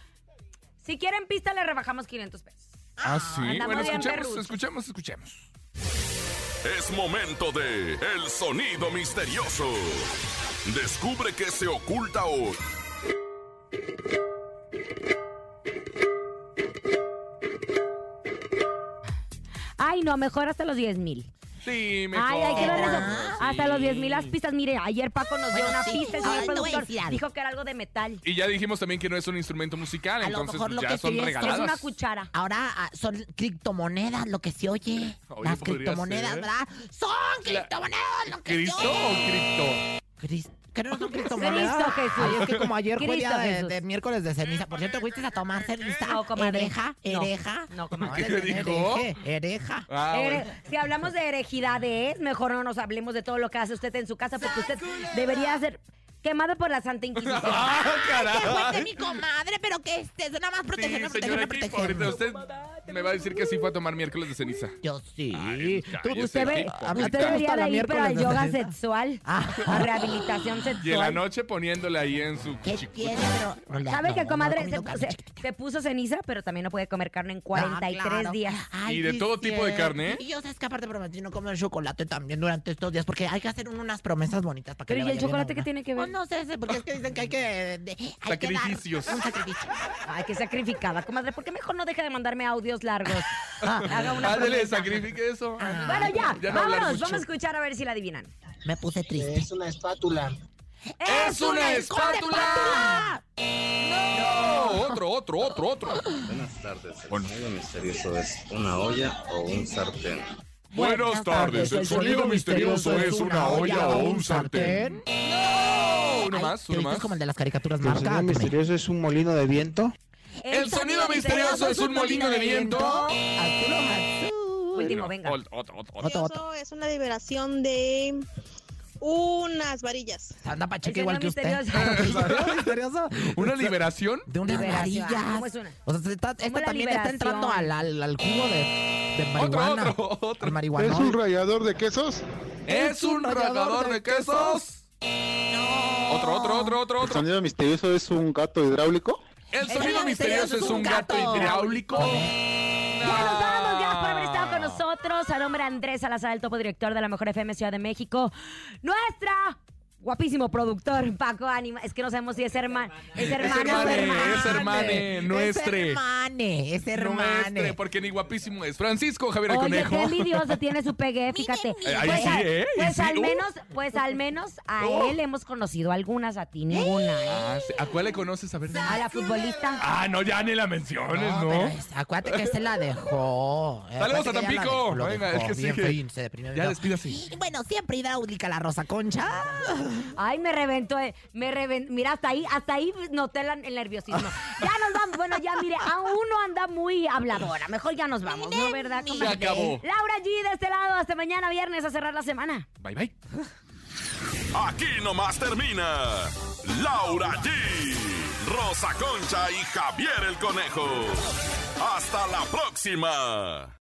Speaker 3: Si quieren pista, le rebajamos 500 pesos.
Speaker 5: Ah, sí.
Speaker 3: Andamos
Speaker 5: Bueno,
Speaker 3: bien
Speaker 5: escuchemos,
Speaker 3: perruchos.
Speaker 5: escuchemos, escuchemos.
Speaker 6: Es momento de El sonido misterioso. Descubre qué se oculta hoy.
Speaker 3: Ay, no, mejor hasta los 10 mil.
Speaker 5: Sí, mejor.
Speaker 3: Ay, hay que darle eso.
Speaker 5: Sí.
Speaker 3: hasta los 10 mil las pistas. Mire, ayer Paco nos dio
Speaker 4: Ah, Bueno,
Speaker 3: una
Speaker 4: sí.
Speaker 3: pista, el señor
Speaker 4: Ay, no voy a
Speaker 3: productor.
Speaker 4: decir algo.
Speaker 3: Dijo que era algo de metal.
Speaker 5: Y ya dijimos también que no es un instrumento musical,
Speaker 4: A lo
Speaker 5: entonces
Speaker 4: mejor
Speaker 5: pues,
Speaker 4: lo
Speaker 5: ya
Speaker 4: que
Speaker 5: son
Speaker 4: sí es- es
Speaker 3: Es
Speaker 5: regaladas.
Speaker 3: una cuchara.
Speaker 4: Ahora ah, son criptomonedas lo que se oye.
Speaker 5: Oye,
Speaker 4: Las
Speaker 5: podría
Speaker 4: criptomonedas,
Speaker 5: ser.
Speaker 4: ¿verdad? Son
Speaker 5: La-
Speaker 4: criptomonedas lo que se
Speaker 5: ¿Cristo o
Speaker 4: oye.
Speaker 5: cripto?
Speaker 4: Cristo. Que no son criptomonedas.
Speaker 3: Cristo Jesús.
Speaker 4: Ay, es que como ayer fue día
Speaker 3: Cristo
Speaker 4: de,
Speaker 3: Jesús.
Speaker 4: de miércoles de ceniza. Por cierto, fuiste a tomar ceniza.
Speaker 3: No, comadre.
Speaker 4: Hereja,
Speaker 3: No.
Speaker 4: hereja.
Speaker 3: No, comadre.
Speaker 4: Ay,
Speaker 5: ¿Qué dijo?
Speaker 4: hereje, Hereja.
Speaker 5: Ah,
Speaker 3: Ere-
Speaker 5: bueno.
Speaker 3: si hablamos de herejidades, mejor no nos hablemos de todo lo que hace usted en su casa, porque usted debería ser quemado por la Santa Inquisición.
Speaker 5: ¡Ah,
Speaker 4: ¡Qué fue de
Speaker 5: caray!
Speaker 4: mi comadre! Pero que este, nada más
Speaker 5: Sí,
Speaker 4: protegerme,
Speaker 5: señora
Speaker 4: protegerme,
Speaker 5: Kiko, ahorita
Speaker 4: protegerme.
Speaker 5: usted me va a decir que sí fue a tomar miércoles de ceniza.
Speaker 4: Yo sí.
Speaker 5: Ay, pues,
Speaker 4: Tú-
Speaker 5: cállese,
Speaker 3: Usted, ve-
Speaker 5: Kiko.
Speaker 4: a mí
Speaker 3: usted
Speaker 4: te gusta
Speaker 3: debería
Speaker 4: la
Speaker 3: de ir pero al
Speaker 4: miércoles de
Speaker 3: yoga
Speaker 4: ceniza.
Speaker 3: sexual,
Speaker 4: Ah.
Speaker 3: a rehabilitación
Speaker 5: Y en la
Speaker 3: sexual.
Speaker 5: noche poniéndole ahí en su
Speaker 4: ¿Qué
Speaker 5: cuchicu-
Speaker 4: tiene, bro? No,
Speaker 3: ¿Sabe
Speaker 4: no,
Speaker 3: que,
Speaker 4: no,
Speaker 3: comadre?
Speaker 4: no he
Speaker 3: se,
Speaker 4: comido carne,
Speaker 3: se-
Speaker 4: chiquita.
Speaker 3: se puso ceniza, pero también no puede comer carne en 43
Speaker 4: Ah, claro.
Speaker 3: días.
Speaker 4: Ay,
Speaker 5: Y de
Speaker 4: sí,
Speaker 5: todo tipo de
Speaker 4: cierto.
Speaker 5: carne, ¿eh?
Speaker 4: Y yo, ¿sabes que Aparte prometí no comer chocolate también durante estos días, porque hay que hacer unas promesas bonitas para que
Speaker 3: Pero
Speaker 4: le
Speaker 3: ¿y el
Speaker 4: vaya bien a
Speaker 3: chocolate
Speaker 4: una.
Speaker 3: qué tiene que
Speaker 4: Pues
Speaker 3: ver?
Speaker 4: no sé, sé, porque es que dicen que hay que... de- hay
Speaker 5: Sacrificios.
Speaker 4: Que dar un sacrificio.
Speaker 3: Ay, qué sacrificada, comadre. ¿Por qué mejor no deja de mandarme audios largos? Haga una
Speaker 5: Ándele,
Speaker 3: promesa.
Speaker 5: sacrifique eso.
Speaker 4: Ah.
Speaker 3: Bueno, ya,
Speaker 5: Ya no hablar
Speaker 3: vámonos.
Speaker 5: mucho.
Speaker 3: Vamos a escuchar a ver si la adivinan.
Speaker 4: Me puse triste.
Speaker 11: una espátula.
Speaker 5: ¡Es una espátula! ¡No! Otro, otro, otro, otro.
Speaker 18: Buenas tardes. El sonido misterioso es una olla o un sartén.
Speaker 5: Buenas tardes. El sonido misterioso es una olla o un sartén. ¡No! Uno
Speaker 4: Ay,
Speaker 5: más,
Speaker 4: te
Speaker 5: uno
Speaker 4: viste
Speaker 5: más.
Speaker 4: como el de las caricaturas
Speaker 16: El
Speaker 4: marca.
Speaker 16: sonido misterioso es un molino de viento.
Speaker 5: El sonido misterioso es un molino de viento.
Speaker 3: Último, venga.
Speaker 5: Otro, otro, otro.
Speaker 4: Otro, otro.
Speaker 9: Es una liberación de unas varillas.
Speaker 4: Anda pacheca
Speaker 3: El
Speaker 4: igual que
Speaker 3: sonido
Speaker 4: usted.
Speaker 3: misterioso.
Speaker 4: El sonido misterioso
Speaker 5: ¿Una liberación?
Speaker 4: De unas
Speaker 3: Liberación. Ah,
Speaker 4: varillas.
Speaker 3: ¿Cómo es una?
Speaker 4: O sea, se está- esta
Speaker 3: la
Speaker 4: también está
Speaker 3: liberación?
Speaker 4: entrando al, al, al jugo de, de
Speaker 5: Otro,
Speaker 4: marihuana.
Speaker 5: otro, otro.
Speaker 4: Al marihuanol.
Speaker 16: ¿Es un rallador de quesos?
Speaker 5: ¿Es un rallador de quesos? Otro, otro, otro, otro,
Speaker 18: El
Speaker 5: otro.
Speaker 18: sonido misterioso es un gato hidráulico.
Speaker 5: El sonido misterioso es un gato hidráulico.
Speaker 3: Ya nos vamos, gracias por haber estado con nosotros. A nombre de Andrés Salazar, el topo director de la Mejor FM Ciudad de México. Nuestra guapísimo productor, Paco Ánima. Es que no sabemos si es hermano. Es hermano.
Speaker 5: hermane,
Speaker 3: hermano.
Speaker 5: es hermane, nuestre.
Speaker 4: Es hermane, es
Speaker 5: Nuestre,
Speaker 4: hermane.
Speaker 5: eh, porque ni guapísimo es. Francisco Javier el
Speaker 3: Oye, qué
Speaker 5: Conejo.
Speaker 3: envidioso tiene su pegue, fíjate.
Speaker 5: Eh, ahí
Speaker 3: pues
Speaker 5: sí,
Speaker 3: a-
Speaker 5: ¿eh? Ahí
Speaker 3: pues
Speaker 5: sí.
Speaker 3: al
Speaker 5: Uh.
Speaker 3: menos, pues al menos a
Speaker 5: Oh.
Speaker 3: él hemos conocido algunas, a ti ninguna. ¿eh?
Speaker 5: Ah, sí. ¿A cuál le conoces? A ver.
Speaker 3: A la futbolista.
Speaker 5: Ah, no, ya ni la menciones,
Speaker 4: No,
Speaker 5: ¿no?
Speaker 4: pero es- acuérdate que se la dejó. Eh, acuérdate
Speaker 5: Saludos a
Speaker 4: que ella la
Speaker 5: Tampico.
Speaker 4: dejó, lo
Speaker 5: Venga,
Speaker 4: dejó
Speaker 5: es que
Speaker 4: bien
Speaker 5: sigue.
Speaker 4: feín, se deprimió,
Speaker 5: Ya
Speaker 4: ¿no?
Speaker 5: despídase.
Speaker 4: Y bueno, siempre hidráulica la Rosa Concha.
Speaker 3: Ay, me reventó. eh, Me reven- Mira, hasta ahí, hasta ahí noté la- el nerviosismo. Ya nos vamos. Bueno, ya mire, a uno anda muy habladora. Mejor ya nos vamos, ¿no? ¿Verdad?
Speaker 5: Se
Speaker 3: comadre?
Speaker 5: acabó.
Speaker 3: Laura G de este lado. Hasta mañana viernes a cerrar la semana.
Speaker 5: Bye, bye.
Speaker 6: Aquí nomás termina Laura G, Rosa Concha y Javier el Conejo. Hasta la próxima.